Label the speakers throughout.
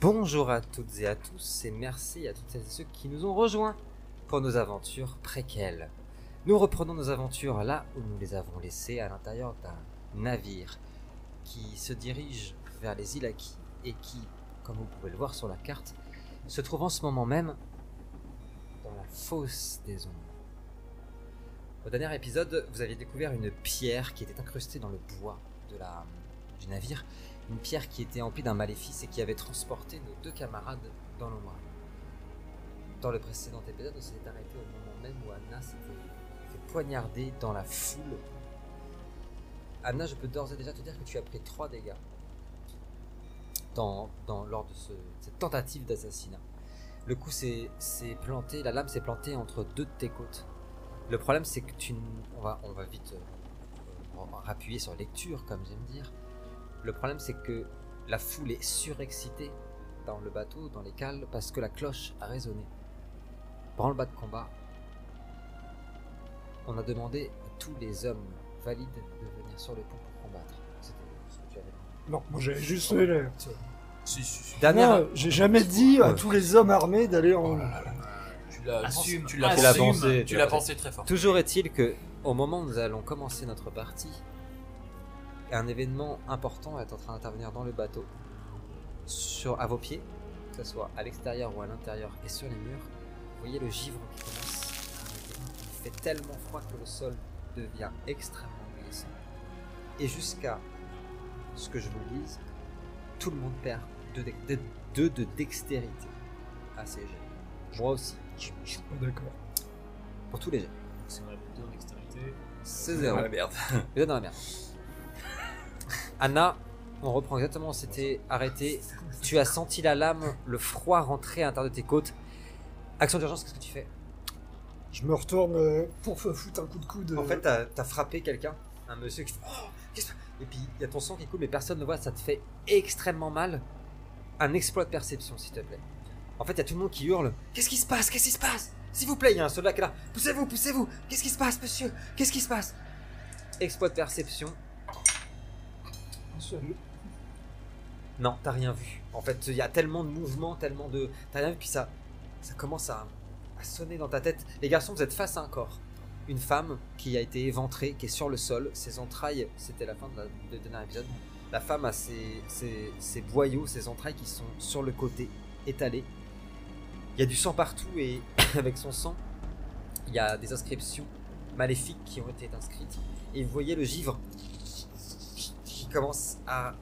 Speaker 1: Bonjour à toutes et à tous et merci à toutes celles et ceux qui nous ont rejoints pour nos aventures préquelles. Nous reprenons nos aventures là où nous les avons laissées à l'intérieur d'un navire qui se dirige vers les îles Aki et qui, comme vous pouvez le voir sur la carte, se trouve en ce moment même dans la fosse des ombres. Au dernier épisode, vous aviez découvert une pierre qui était incrustée dans le bois de la, du navire, une pierre qui était emplie d'un maléfice et qui avait transporté nos deux camarades dans le noir. Dans le précédent épisode, on s'est arrêté au moment même où Anna s'était fait poignarder dans la foule. Anna, je peux d'ores et déjà te dire que tu as pris trois dégâts dans, dans- lors de ce- cette tentative d'assassinat. Le coup s'est s'est planté, la lame s'est plantée entre deux de tes côtes. Le problème, c'est que tu. n- On va, on va vite euh, euh, rappuyer sur lecture, comme j'aime dire. Le problème, c'est que la foule est surexcitée dans le bateau, dans les cales, parce que la cloche a résonné. Branle-bas de combat. On a demandé à tous les hommes valides de venir sur le pont pour combattre. C'était ce que tu avais.
Speaker 2: Non, moi j'avais juste
Speaker 1: Ah
Speaker 2: fait le-
Speaker 3: Si, si, si.
Speaker 1: Dernière.
Speaker 2: Non, j'ai jamais dit à tous les hommes armés d'aller
Speaker 1: Oh
Speaker 2: en.
Speaker 3: Tu l'as
Speaker 4: Assume,
Speaker 3: tu l'as
Speaker 4: assume.
Speaker 3: pensé,
Speaker 4: Tu l'as pensé,
Speaker 3: tu l'as pensé très fort.
Speaker 1: Toujours est-il que, au moment où nous allons commencer notre partie, un événement important est en train d'intervenir dans le bateau, sur, à vos pieds, que ce soit à l'extérieur ou à l'intérieur, et sur les murs. Vous voyez le givre qui commence à arriver. Il fait tellement froid que le sol devient extrêmement glissant. Et jusqu'à ce que je vous le dise, tout le monde perd 2 de, de- deux de dextérité à ces jets. Moi aussi,
Speaker 2: Je je suis pas d'accord.
Speaker 1: pour tous les jets.
Speaker 4: C'est vrai, deux en extériorité.
Speaker 1: C'est zéro.
Speaker 3: merde.
Speaker 1: Vous êtes dans Ah, la merde. Anna, on reprend exactement où on s'était arrêté. Tu as senti la lame, le froid rentrer à l'intérieur de tes côtes. Action d'urgence, qu'est-ce que tu fais
Speaker 2: Je me retourne euh, pour f- foutre un coup de coude.
Speaker 1: En
Speaker 2: euh,
Speaker 1: fait, t'as as frappé quelqu'un, un monsieur qui fait Oh, qu'est-ce que- Et puis il y a ton sang qui coule, mais personne ne voit, ça te fait extrêmement mal. Un exploit de perception, s'il te plaît. En fait, il y a tout le monde qui hurle Qu'est-ce qui se passe Qu'est-ce qui se passe S'il vous plaît, il y a un soldat qui est là Poussez-vous, poussez-vous Qu'est-ce qui se passe, monsieur Qu'est-ce qui se passe Exploit de perception,
Speaker 2: euh, seul.
Speaker 1: Non, t'as rien vu. En fait, il y a tellement de mouvements, tellement de. T'as rien vu, puis ça, ça commence à, à sonner dans ta tête. Les garçons, vous êtes face à un corps. Une femme qui a été éventrée, qui est sur le sol. Ses entrailles, c'était la fin de la- du dernier épisode. La femme a ses, ses, ses boyaux, ses entrailles qui sont sur le côté, étalées. Il y a du sang partout et avec son sang, il y a des inscriptions maléfiques qui ont été inscrites. Et vous voyez le givre qui commence à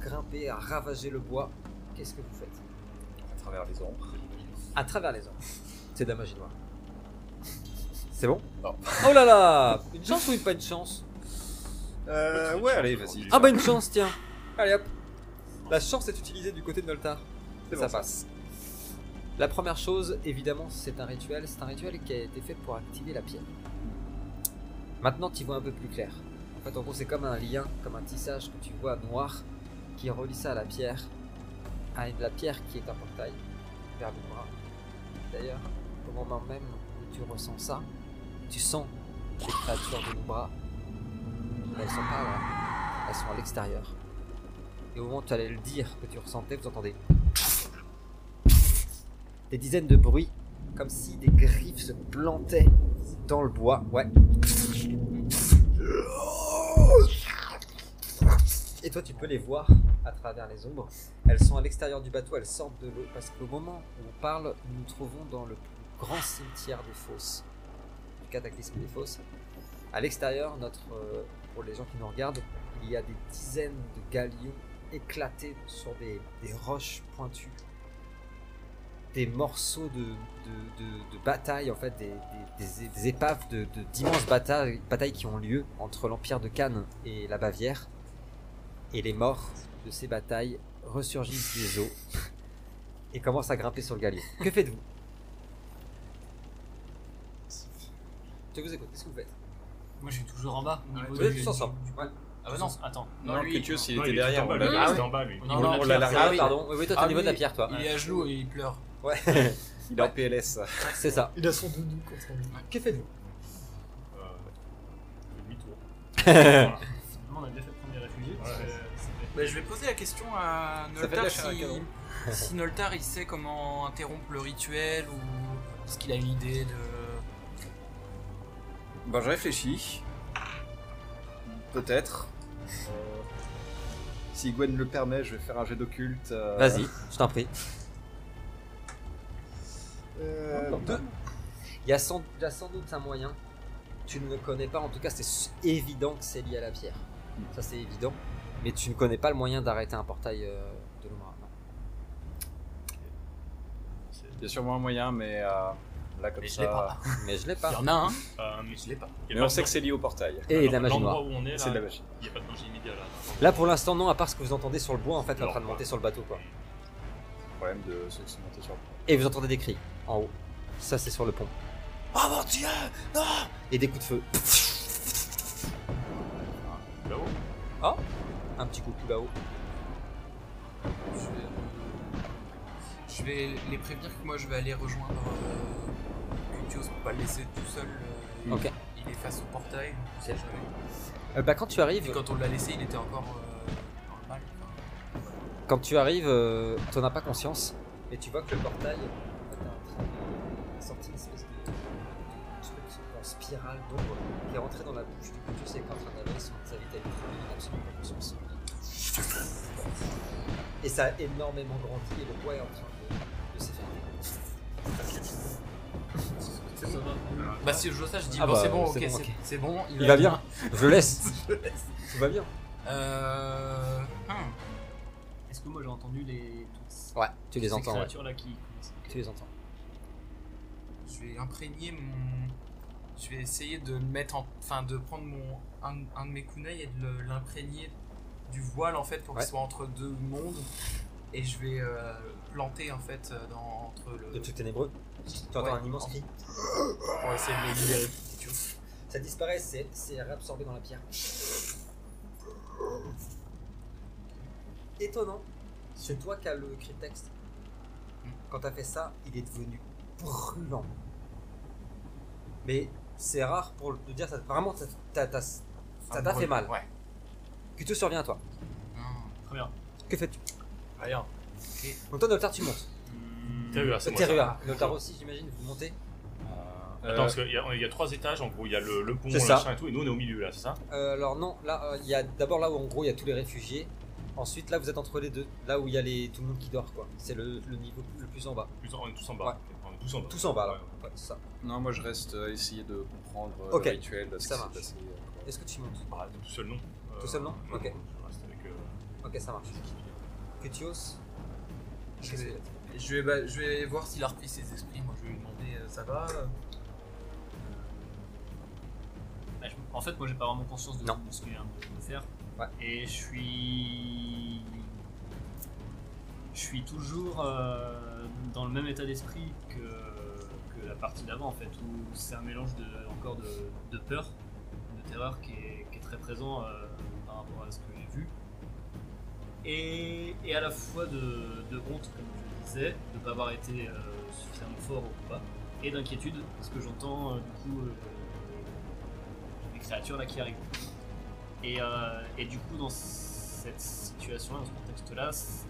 Speaker 1: grimper, à ravager le bois, qu'est-ce que vous faites
Speaker 3: À travers les ombres.
Speaker 1: À travers les ombres. C'est de la magie noire. C'est bon
Speaker 3: Non.
Speaker 1: Oh là là Une chance ou une pas une chance
Speaker 3: Euh, ouais, allez, vas-y.
Speaker 1: Ah bah une chance, tiens Allez hop La chance est utilisée du côté de Noltar.
Speaker 3: C'est
Speaker 1: ça
Speaker 3: bon, ça.
Speaker 1: passe. La première chose, évidemment, c'est un rituel. C'est un rituel qui a été fait pour activer la pierre. Maintenant, tu vois un peu plus clair. En fait, en gros, c'est comme un lien, comme un tissage que tu vois noir qui relie ça à la pierre, à une- la pierre qui est un portail vers le bras. D'ailleurs, au moment même où tu ressens ça, tu sens les créatures de nos bras. Mais Elles sont pas là, elles sont à l'extérieur. Et au moment où tu allais le dire que tu ressentais, vous entendez des dizaines de bruits, comme si des griffes se plantaient dans le bois. Ouais. Et toi, tu peux les voir à travers les ombres. Elles sont à l'extérieur du bateau, elles sortent de l'eau. Parce qu'au moment où on parle, nous nous trouvons dans le plus grand cimetière des fosses, le cataclysme des fosses. À l'extérieur, notre, euh, pour les gens qui nous regardent, il y a des dizaines de galions éclatés sur des- des roches pointues des morceaux de, de, de- de bataille, en fait, des, des- des- des épaves de de- d'immenses batailles, batailles qui ont lieu entre l'Empire de Cannes et la Bavière. Et les morts de ces batailles ressurgissent des eaux et commencent à grimper sur le galier. Que faites-vous Je vous écoute, qu'est-ce que vous faites
Speaker 4: Moi, je suis toujours en bas. au niveau
Speaker 1: Vous
Speaker 4: de-
Speaker 1: êtes tous ensemble. Ouais.
Speaker 4: Ah bah non, attends.
Speaker 3: Non,
Speaker 4: lui,
Speaker 3: que Dieu, s'il
Speaker 5: Non,
Speaker 3: était
Speaker 5: il est
Speaker 3: derrière,
Speaker 5: tout
Speaker 3: on
Speaker 5: en bas, lui,
Speaker 3: l'a
Speaker 4: Ah
Speaker 5: il est
Speaker 4: oui.
Speaker 5: en bas, lui.
Speaker 4: Non,
Speaker 3: on-
Speaker 4: non,
Speaker 3: on l'a
Speaker 4: la pierre,
Speaker 3: largué.
Speaker 1: Ah,
Speaker 4: oui.
Speaker 1: pardon, oui, oui, toi t'es
Speaker 4: Ah
Speaker 1: au niveau de
Speaker 4: oui.
Speaker 1: la pierre, toi.
Speaker 4: Il est à genoux et il pleure.
Speaker 1: Ouais,
Speaker 3: Il est en PLS.
Speaker 1: c'est ça.
Speaker 2: Il a son doudou contre lui.
Speaker 1: Que faites-vous
Speaker 5: Euh, Demi-tour. Voilà.
Speaker 4: Finalement, on a déjà fait prendre des réfugiés. parce
Speaker 3: Ouais.
Speaker 4: que ça fait-
Speaker 5: Bah, je vais poser la question à
Speaker 3: Ça fait de la
Speaker 5: Noltar
Speaker 3: chair à
Speaker 5: si,
Speaker 3: canon.
Speaker 5: si Noltar il sait comment interrompre le rituel ou est-ce qu'il a une idée de.
Speaker 3: Ben, je réfléchis. Peut-être. Euh, Si Gwen le permet, je vais faire un jet d'occulte. euh,
Speaker 1: Vas-y, je t'en prie.
Speaker 3: euh,
Speaker 1: Non,
Speaker 3: deux.
Speaker 1: Il y, a sans, il y a sans doute un moyen. Tu ne le connais pas, en tout cas, c'est s- évident que c'est lié à la pierre.
Speaker 4: Hmm.
Speaker 1: Ça, c'est évident. Mais tu ne connais pas le moyen d'arrêter un portail euh, de l'Omra. non.
Speaker 3: Il y a sûrement un moyen, mais euh, là, comme
Speaker 4: Mais je
Speaker 3: ça.
Speaker 4: l'ai pas.
Speaker 1: Mais je l'ai
Speaker 5: Il y
Speaker 1: pas.
Speaker 5: en a hein. un.
Speaker 6: Euh, mais je l'ai pas. Il y a
Speaker 3: Mais
Speaker 6: pas
Speaker 3: on
Speaker 6: de-
Speaker 3: sait que c'est lié au portail.
Speaker 1: Et de la
Speaker 6: Alors,
Speaker 1: magie
Speaker 6: L'endroit
Speaker 1: noire.
Speaker 6: où on est,
Speaker 3: C'est de la
Speaker 6: là,
Speaker 3: magie.
Speaker 6: il n'y a pas de danger immédiat, là.
Speaker 1: Là, pour l'instant, non, à part ce que vous entendez sur le bois, en fait, en
Speaker 6: Alors,
Speaker 1: train de monter sur le bateau, quoi.
Speaker 3: Le problème de ceux qui sont montés sur le
Speaker 1: Et vous entendez des cris en haut. Ça, c'est sur le pont.
Speaker 5: Oh mon dieu
Speaker 1: Et des coups de feu.
Speaker 4: Bah
Speaker 6: Là-haut
Speaker 1: Un petit coup de tout là-haut.
Speaker 5: euh, je... je vais les prévenir que moi je vais aller rejoindre euh, Cutios pour pas le laisser tout seul. euh,
Speaker 1: Ok.
Speaker 5: Il est face au portail, on sait jamais.
Speaker 1: Euh, bah, quand tu
Speaker 5: Et
Speaker 1: arrives,
Speaker 5: quand on l'a laissé, il était encore euh, normal.
Speaker 1: Quand tu arrives, euh, t'en as pas conscience, mais tu vois que le portail en fait, a- a sorti une espèce de, de truc en spirale d'ombre qui est rentré dans la bouche du coup tu sais qu'en train d'aller son sa vitalité il n'a absolument pas conscience. Et ça a énormément grandi et le bois est en train de, de s'effondrer.
Speaker 4: Ça va.
Speaker 5: Bah si je vois ça, je dis
Speaker 1: Ah
Speaker 5: bon,
Speaker 1: bah,
Speaker 5: c'est bon, ok,
Speaker 1: c'est
Speaker 5: c'est
Speaker 1: bon, ok.
Speaker 5: c'est bon.
Speaker 1: Il va bien, je le laisse. Tout va bien.
Speaker 5: Euh... hum.
Speaker 4: Est-ce que moi j'ai entendu les. toutes ces
Speaker 1: Ouais, tu les entends. ouais.
Speaker 4: créatures là qui.
Speaker 1: Tu les entends.
Speaker 5: Je vais imprégner mon. Je vais essayer de le mettre en. Enfin, de prendre mon. Un, un de mes kunai et de le- l'imprégner du voile en fait pour
Speaker 1: Ouais.
Speaker 5: qu'il soit entre deux mondes. Et je vais euh, planter en fait euh, dans, entre le.
Speaker 1: Le truc ténébreux. Tu entends
Speaker 5: Ouais.
Speaker 1: un immense cri.
Speaker 5: Pour essayer de le libérer.
Speaker 1: Ça disparaît, c'est c'est réabsorbé dans la pierre. Étonnant, c'est toi qui as le cri de texte. Quand t'as fait ça, il est devenu brûlant. Mais c'est rare pour le dire, ça, vraiment, ça t'as- t'as- ça t'a fait mal.
Speaker 5: Ouais.
Speaker 1: Que te survient à toi
Speaker 5: Hum.
Speaker 4: Très bien.
Speaker 1: Que fais-tu
Speaker 4: Rien.
Speaker 1: Donc toi, Noltar, tu montes.
Speaker 6: Terrua, c'est moi, ça.
Speaker 1: Terua, Noltar aussi, j'imagine, vous montez.
Speaker 3: pont.
Speaker 6: Attends, parce qu'il y, a- il y a trois étages, en gros, il y a le, le pont,
Speaker 1: C'est
Speaker 6: le
Speaker 1: ça.
Speaker 6: machin et tout, et nous on est au milieu là, c'est ça
Speaker 1: Euh, alors non, là, euh, il y a d'abord là où en gros il y a tous les réfugiés. Ensuite, là, vous êtes entre les deux. Là où il y a les... tout le monde qui dort, quoi. C'est le, le niveau le plus en bas.
Speaker 6: Plus en- On est tous en
Speaker 1: Ouais.
Speaker 6: bas. Ok, On est tous en bas.
Speaker 1: Tous en bas, là.
Speaker 6: Ouais, ouais.
Speaker 1: Ouais, c'est ça.
Speaker 3: Non, moi je reste euh, essayer de comprendre euh,
Speaker 1: Ok.
Speaker 3: le rituel, ce qui
Speaker 1: Ça
Speaker 3: s'est
Speaker 1: marche.
Speaker 3: passé. euh,
Speaker 1: Est-ce que tu montes
Speaker 6: Bah, tout seul non.
Speaker 1: Tout seul, non
Speaker 6: moi,
Speaker 1: Ok. Ah,
Speaker 6: Je reste avec. euh,
Speaker 1: Ok, ça marche. Cutios
Speaker 5: Je
Speaker 1: qu'est-ce que
Speaker 5: vais,
Speaker 1: t'as dit
Speaker 5: je vais, bah, je vais voir s'il a repris ses esprits. Moi, je vais lui demander euh, ça va euh
Speaker 4: Bah, je- En fait, moi j'ai pas vraiment conscience de
Speaker 1: Non.
Speaker 4: ce qu'il est en train de faire.
Speaker 1: Ouais.
Speaker 4: Et je suis. Je suis toujours euh, dans le même état d'esprit que, que la partie d'avant, en fait, où c'est un mélange de, encore de, de peur, de terreur qui est, qui est très présent euh, par rapport à ce que j'ai vu. Et, et à la fois de, de honte, comme je le disais, de ne pas avoir été euh, suffisamment fort au combat, et d'inquiétude, parce que j'entends euh, du coup euh, les créatures là qui arrivent. Et, euh, et du coup, dans cette situation-là, dans ce contexte-là, c'est-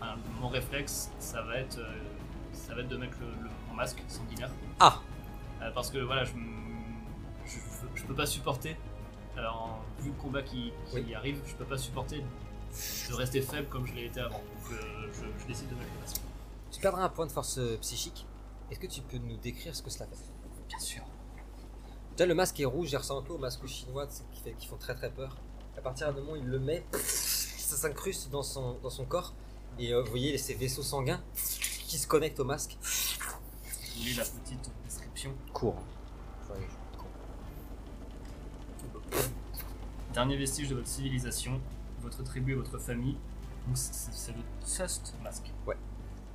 Speaker 4: enfin, mon réflexe, ça va être, euh, ça va être de mettre le, le- mon masque sanguinaire.
Speaker 1: Ah.
Speaker 4: Euh, Parce que voilà, je, m- je, je peux pas supporter, euh, en- vu le combat qui, qui
Speaker 1: Oui.
Speaker 4: arrive, je peux pas supporter de rester faible comme je l'ai été avant. Donc euh, je, je décide de mettre le masque.
Speaker 1: Tu perdras un point de force euh, psychique. Est-ce que tu peux nous décrire ce que cela fait
Speaker 4: Bien sûr.
Speaker 1: Déjà, le masque est rouge, il ressemble un peu au masque chinois tu sais, qui, fait, qui font très très peur. À partir d'un moment, il le met, ça s'incruste dans son, dans son corps. Et euh, vous voyez ces vaisseaux sanguins qui se connectent au masque.
Speaker 4: Vous voulez la petite description
Speaker 1: Court.
Speaker 4: Dernier vestige de votre civilisation, votre tribu et votre famille. Donc c'est- c'est c'est le Sust masque.
Speaker 1: Ouais.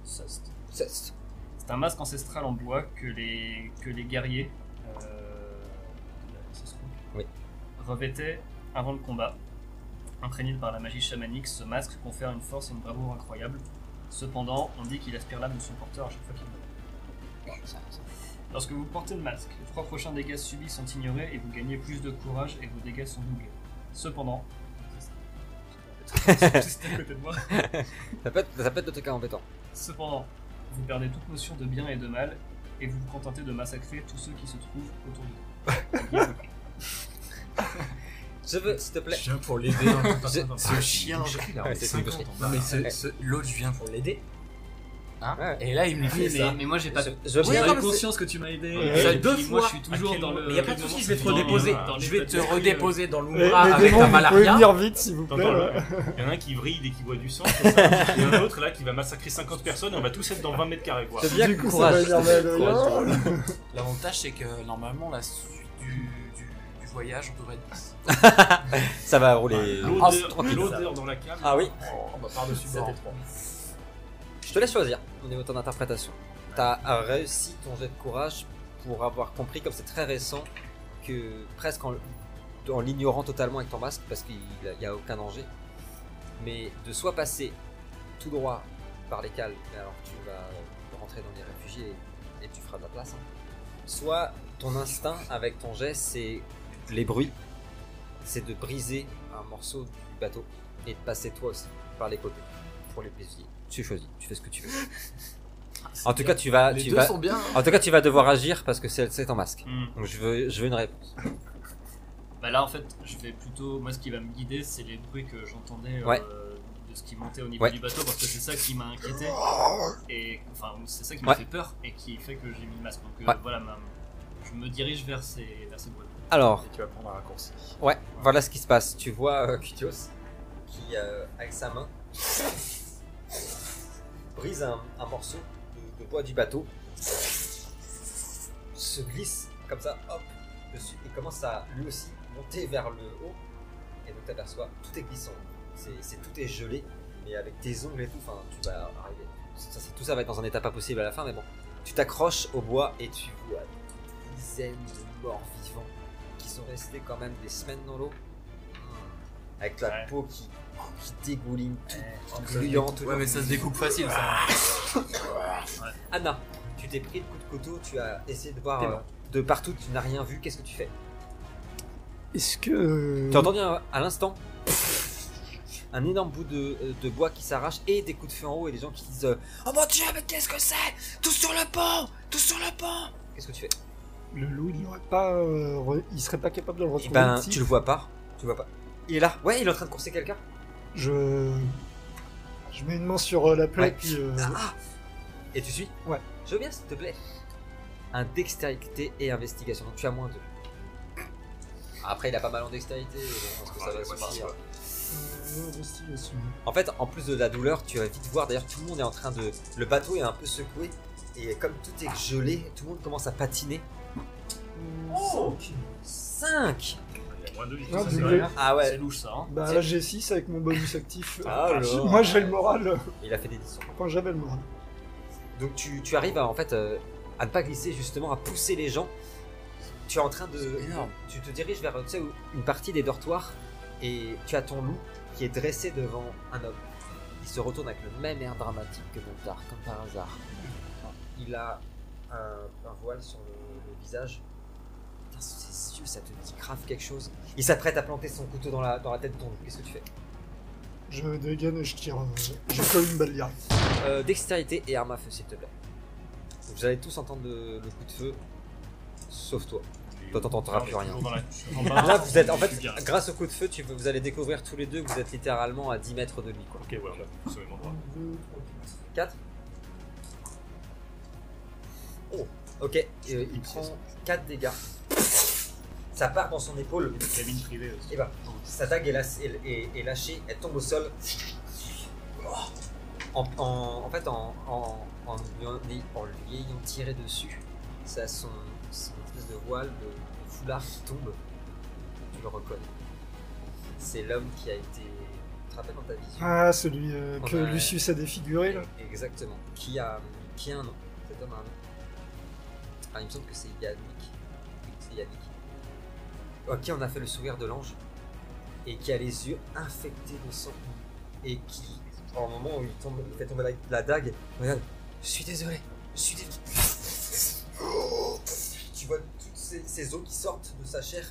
Speaker 4: Sust.
Speaker 1: Ça,
Speaker 4: C'est un masque ancestral en bois que les, que les guerriers euh, ça se trouve,
Speaker 1: Oui.
Speaker 4: revêtaient avant le combat. Imprégné par la magie chamanique, ce masque confère une force et une bravoure incroyables. Cependant, on dit qu'il aspire l'âme de son porteur à chaque fois qu'il meurt. Lorsque vous portez le masque, les trois prochains dégâts subis sont ignorés et vous gagnez plus de courage et vos dégâts sont doublés. Cependant, juste à côté de moi.
Speaker 1: Ça peut être, ça peut être des cas embêtants.
Speaker 4: Cependant, vous perdez toute notion de bien et de mal, et vous vous contentez de massacrer tous ceux qui se trouvent autour de vous.
Speaker 1: Je veux, s'il te plaît.
Speaker 5: Je viens pour l'aider. hein, pas
Speaker 1: Je-
Speaker 5: ça,
Speaker 1: ce
Speaker 5: pas.
Speaker 1: chien,
Speaker 5: Il est gris, là, on
Speaker 1: Ouais,
Speaker 5: est
Speaker 1: c'est
Speaker 5: 50
Speaker 1: une
Speaker 5: ans. Non, mais ce- ce- l'autre, je viens pour l'aider. Hein
Speaker 1: Ouais.
Speaker 5: Et là, il me fait ça.
Speaker 4: moi j'ai pas.
Speaker 1: Je, je veux
Speaker 5: Oui,
Speaker 1: bien-
Speaker 4: J'ai
Speaker 5: non, mais
Speaker 4: conscience que tu m'as aidé.
Speaker 6: Ouais.
Speaker 4: et
Speaker 5: Ça,
Speaker 4: puis
Speaker 5: deux
Speaker 4: Moi
Speaker 5: fois.
Speaker 4: je suis toujours
Speaker 6: À quel
Speaker 4: dans le.
Speaker 6: moment
Speaker 5: Mais y a pas de
Speaker 4: moment
Speaker 5: souci, je
Speaker 4: où
Speaker 5: vais
Speaker 4: suis
Speaker 5: te
Speaker 4: dans-
Speaker 5: redéposer.
Speaker 4: dans
Speaker 5: Je
Speaker 4: l'état
Speaker 5: vais te
Speaker 4: d'esprit, euh,
Speaker 5: redéposer dans
Speaker 2: Les,
Speaker 1: Ah,
Speaker 5: l'Umbra
Speaker 2: les
Speaker 5: avec
Speaker 2: démons,
Speaker 5: ta
Speaker 2: vous pouvez
Speaker 5: malaria.
Speaker 2: venir vite, s'il vous plaît.
Speaker 6: T'entends,
Speaker 2: là.
Speaker 6: le- il y en a un qui vrille dès qu'il voit du sang, comme ça, et un autre là qui va massacrer 50 personnes et on va tous être dans 20 mètres carrés quoi.
Speaker 1: je veux bien
Speaker 2: Du coup, ça
Speaker 1: courage.
Speaker 2: va énerver
Speaker 1: Je te-
Speaker 2: Adrien.
Speaker 1: courage.
Speaker 5: L'avantage, c'est que normalement, la suite du, du, du voyage, on devrait être 10.
Speaker 1: Ça va rouler. Ah, c'est
Speaker 6: L'odeur
Speaker 1: tranquille.
Speaker 6: l'odeur dans la cave.
Speaker 1: Ah oui.
Speaker 5: Oh, bah, par-dessus
Speaker 1: Ça
Speaker 5: bord.
Speaker 1: fait Je te laisse choisir au niveau de ton interprétation. T'as réussi ton jet de courage pour avoir compris, comme c'est très récent, que presque en, en l'ignorant totalement avec ton masque, parce qu'il n'y a aucun danger, mais de soit passer tout droit par les cales, mais alors tu vas rentrer dans les réfugiés et tu feras de la place, hein. soit ton instinct avec ton jet, c'est les bruits, c'est de briser un morceau du bateau et de passer toi aussi par les côtés pour les plaisirs. Tu choisis, tu fais ce que tu veux.
Speaker 4: Hmm.
Speaker 1: En tout cas, tu vas,
Speaker 5: Les
Speaker 1: tu
Speaker 5: deux
Speaker 1: vas,
Speaker 5: sont bien. hein.
Speaker 1: en tout cas, tu vas devoir agir parce que c'est c'est ton masque.
Speaker 4: Hmm.
Speaker 1: Donc je veux, je veux une réponse.
Speaker 4: Bah là en fait, je vais plutôt. Moi ce qui va me guider, c'est les bruits que j'entendais euh,
Speaker 1: Ouais.
Speaker 4: de ce qui montait au niveau
Speaker 1: Ouais.
Speaker 4: du bateau, parce que c'est ça qui m'a inquiété. Et enfin, c'est ça qui m'a
Speaker 1: Ouais.
Speaker 4: fait peur et qui fait que j'ai mis le masque. Donc euh,
Speaker 1: Ouais.
Speaker 4: voilà, ma- je me dirige vers ces, vers ces bruits.
Speaker 1: Alors,
Speaker 3: Et tu vas prendre un raccourci.
Speaker 1: ouais, voilà ce qui se passe. Tu vois euh, Kutios qui, euh, avec sa main, brise un, un morceau de, de bois du bateau, se glisse comme ça, hop, dessus, et commence à lui aussi monter vers le haut. Et donc t'aperçois, tout est glissant. C'est, c'est- tout est gelé, mais avec tes ongles et tout, enfin, tu vas arriver. Ça, c'est- tout ça va être dans un état pas possible à la fin, mais bon. Tu t'accroches au bois et tu vois des dizaines de morts vivants qui sont restés quand même des semaines dans l'eau. Avec la
Speaker 4: Ouais.
Speaker 1: peau qui, qui dégouline, toute
Speaker 5: Ah, ça se
Speaker 1: gluante.
Speaker 5: Ouais, mais ça se découpe facile, ça.
Speaker 1: Anna, tu t'es pris le coup de couteau, tu as essayé de voir
Speaker 5: T'es
Speaker 1: euh,
Speaker 5: mort.
Speaker 1: de partout, tu n'as rien vu, qu'est-ce que tu fais
Speaker 2: Est-ce que. euh,
Speaker 1: Tu as entendu un- à l'instant un énorme bout de, euh, de bois qui s'arrache et des coups de feu en haut et des gens qui disent euh, Oh mon dieu, mais qu'est-ce que c'est Tout sur le pont Tout sur le pont Qu'est-ce que tu fais
Speaker 2: Le loup, il aurait pas. euh, re- Il serait pas capable de le
Speaker 1: Eh
Speaker 2: retrouver.
Speaker 1: ben,
Speaker 2: ici
Speaker 1: tu le vois pas. Tu le vois pas. Il est là. Ouais, il est en train de courser quelqu'un.
Speaker 2: Je. Je mets une main sur euh, la plaie,
Speaker 1: Ouais.
Speaker 2: puis. euh,
Speaker 1: Ah Et tu suis
Speaker 2: Ouais.
Speaker 1: Je veux bien, s'il te plaît. Un dextérité et investigation. Donc tu as moins de. Après, il a pas mal en dextérité. Je pense que ça
Speaker 6: Ouais,
Speaker 1: va
Speaker 6: ouais,
Speaker 1: suffire.
Speaker 2: euh, investigation.
Speaker 1: En fait, en plus de la douleur, tu vas vite voir. D'ailleurs, tout le monde est en train de. Le bateau est un peu secoué. Et comme tout est gelé, tout le monde commence à patiner. 5
Speaker 6: Il y a moins de vie.
Speaker 2: Non,
Speaker 6: Oh. ça,
Speaker 2: du
Speaker 6: c'est
Speaker 2: bleu.
Speaker 6: vrai.
Speaker 1: Ah
Speaker 4: C'est
Speaker 1: ouais.
Speaker 4: louche ça. Hein.
Speaker 2: Bah là, j'ai 6 avec mon bonus actif.
Speaker 1: Ah, alors.
Speaker 2: Moi, j'ai le moral.
Speaker 1: Il a fait des 10
Speaker 2: Enfin, j'avais le moral.
Speaker 1: Donc tu, tu arrives à, en fait euh, à ne pas glisser justement, à pousser les gens. Tu es en train de...
Speaker 5: C'est énorme.
Speaker 1: Tu te diriges vers tu sais, où- une partie des dortoirs et tu as ton loup qui est dressé devant un homme. Il se retourne avec le même air dramatique que Montar, comme par hasard. Il a un, un voile sur le, le visage. Putain, ses yeux, ça te dit grave quelque chose. Il s'apprête à planter son couteau dans la, dans la tête de ton loup. Qu'est-ce que tu fais
Speaker 2: Je dégaine et je tire. euh, Je colle une balle directe.
Speaker 1: Euh, Dextérité et arme à feu, s'il te plaît. Vous allez tous entendre le, le coup de feu, sauf toi. Toi, t'entendras
Speaker 6: Non,
Speaker 1: plus
Speaker 6: mais
Speaker 1: rien.
Speaker 6: toujours dans la- en bas.
Speaker 1: Là, vous êtes en
Speaker 6: Ah, Je suis
Speaker 1: fait,
Speaker 6: bien.
Speaker 1: grâce au coup de feu, tu, vous allez découvrir tous les deux que vous êtes littéralement à 10 mètres de lui. Quoi.
Speaker 6: Ok, ouais, on est tous au même endroit.
Speaker 1: 4 Oh, ok, euh, il prend 4 dégâts. Ça part dans son épaule,
Speaker 4: Cabine privée aussi.
Speaker 1: et bah, sa dague est, lassée- est- est- est lâchée, elle tombe au sol. Oh. En, en- en fait, en, en, en lui, en- en lui ayant tiré dessus, ça a son, son espèce de voile, de, de foulard qui tombe. Tu le reconnais. C'est l'homme qui a été. Tu te rappelles dans ta vision
Speaker 2: Ah, celui euh, que
Speaker 1: Ouais.
Speaker 2: Lucius a défiguré, là.
Speaker 1: Exactement. Qui a, qui a un nom Cet homme a un nom. Ah, il me semble que c'est Yannick. C'est Yannick. À qui on a fait le sourire de l'ange et qui a les yeux infectés de sang et qui, au moment où il, tombe, il fait tomber la, la dague, regarde, je suis désolé, je suis désolé. Tu vois toutes ces, ces eaux qui sortent de sa chair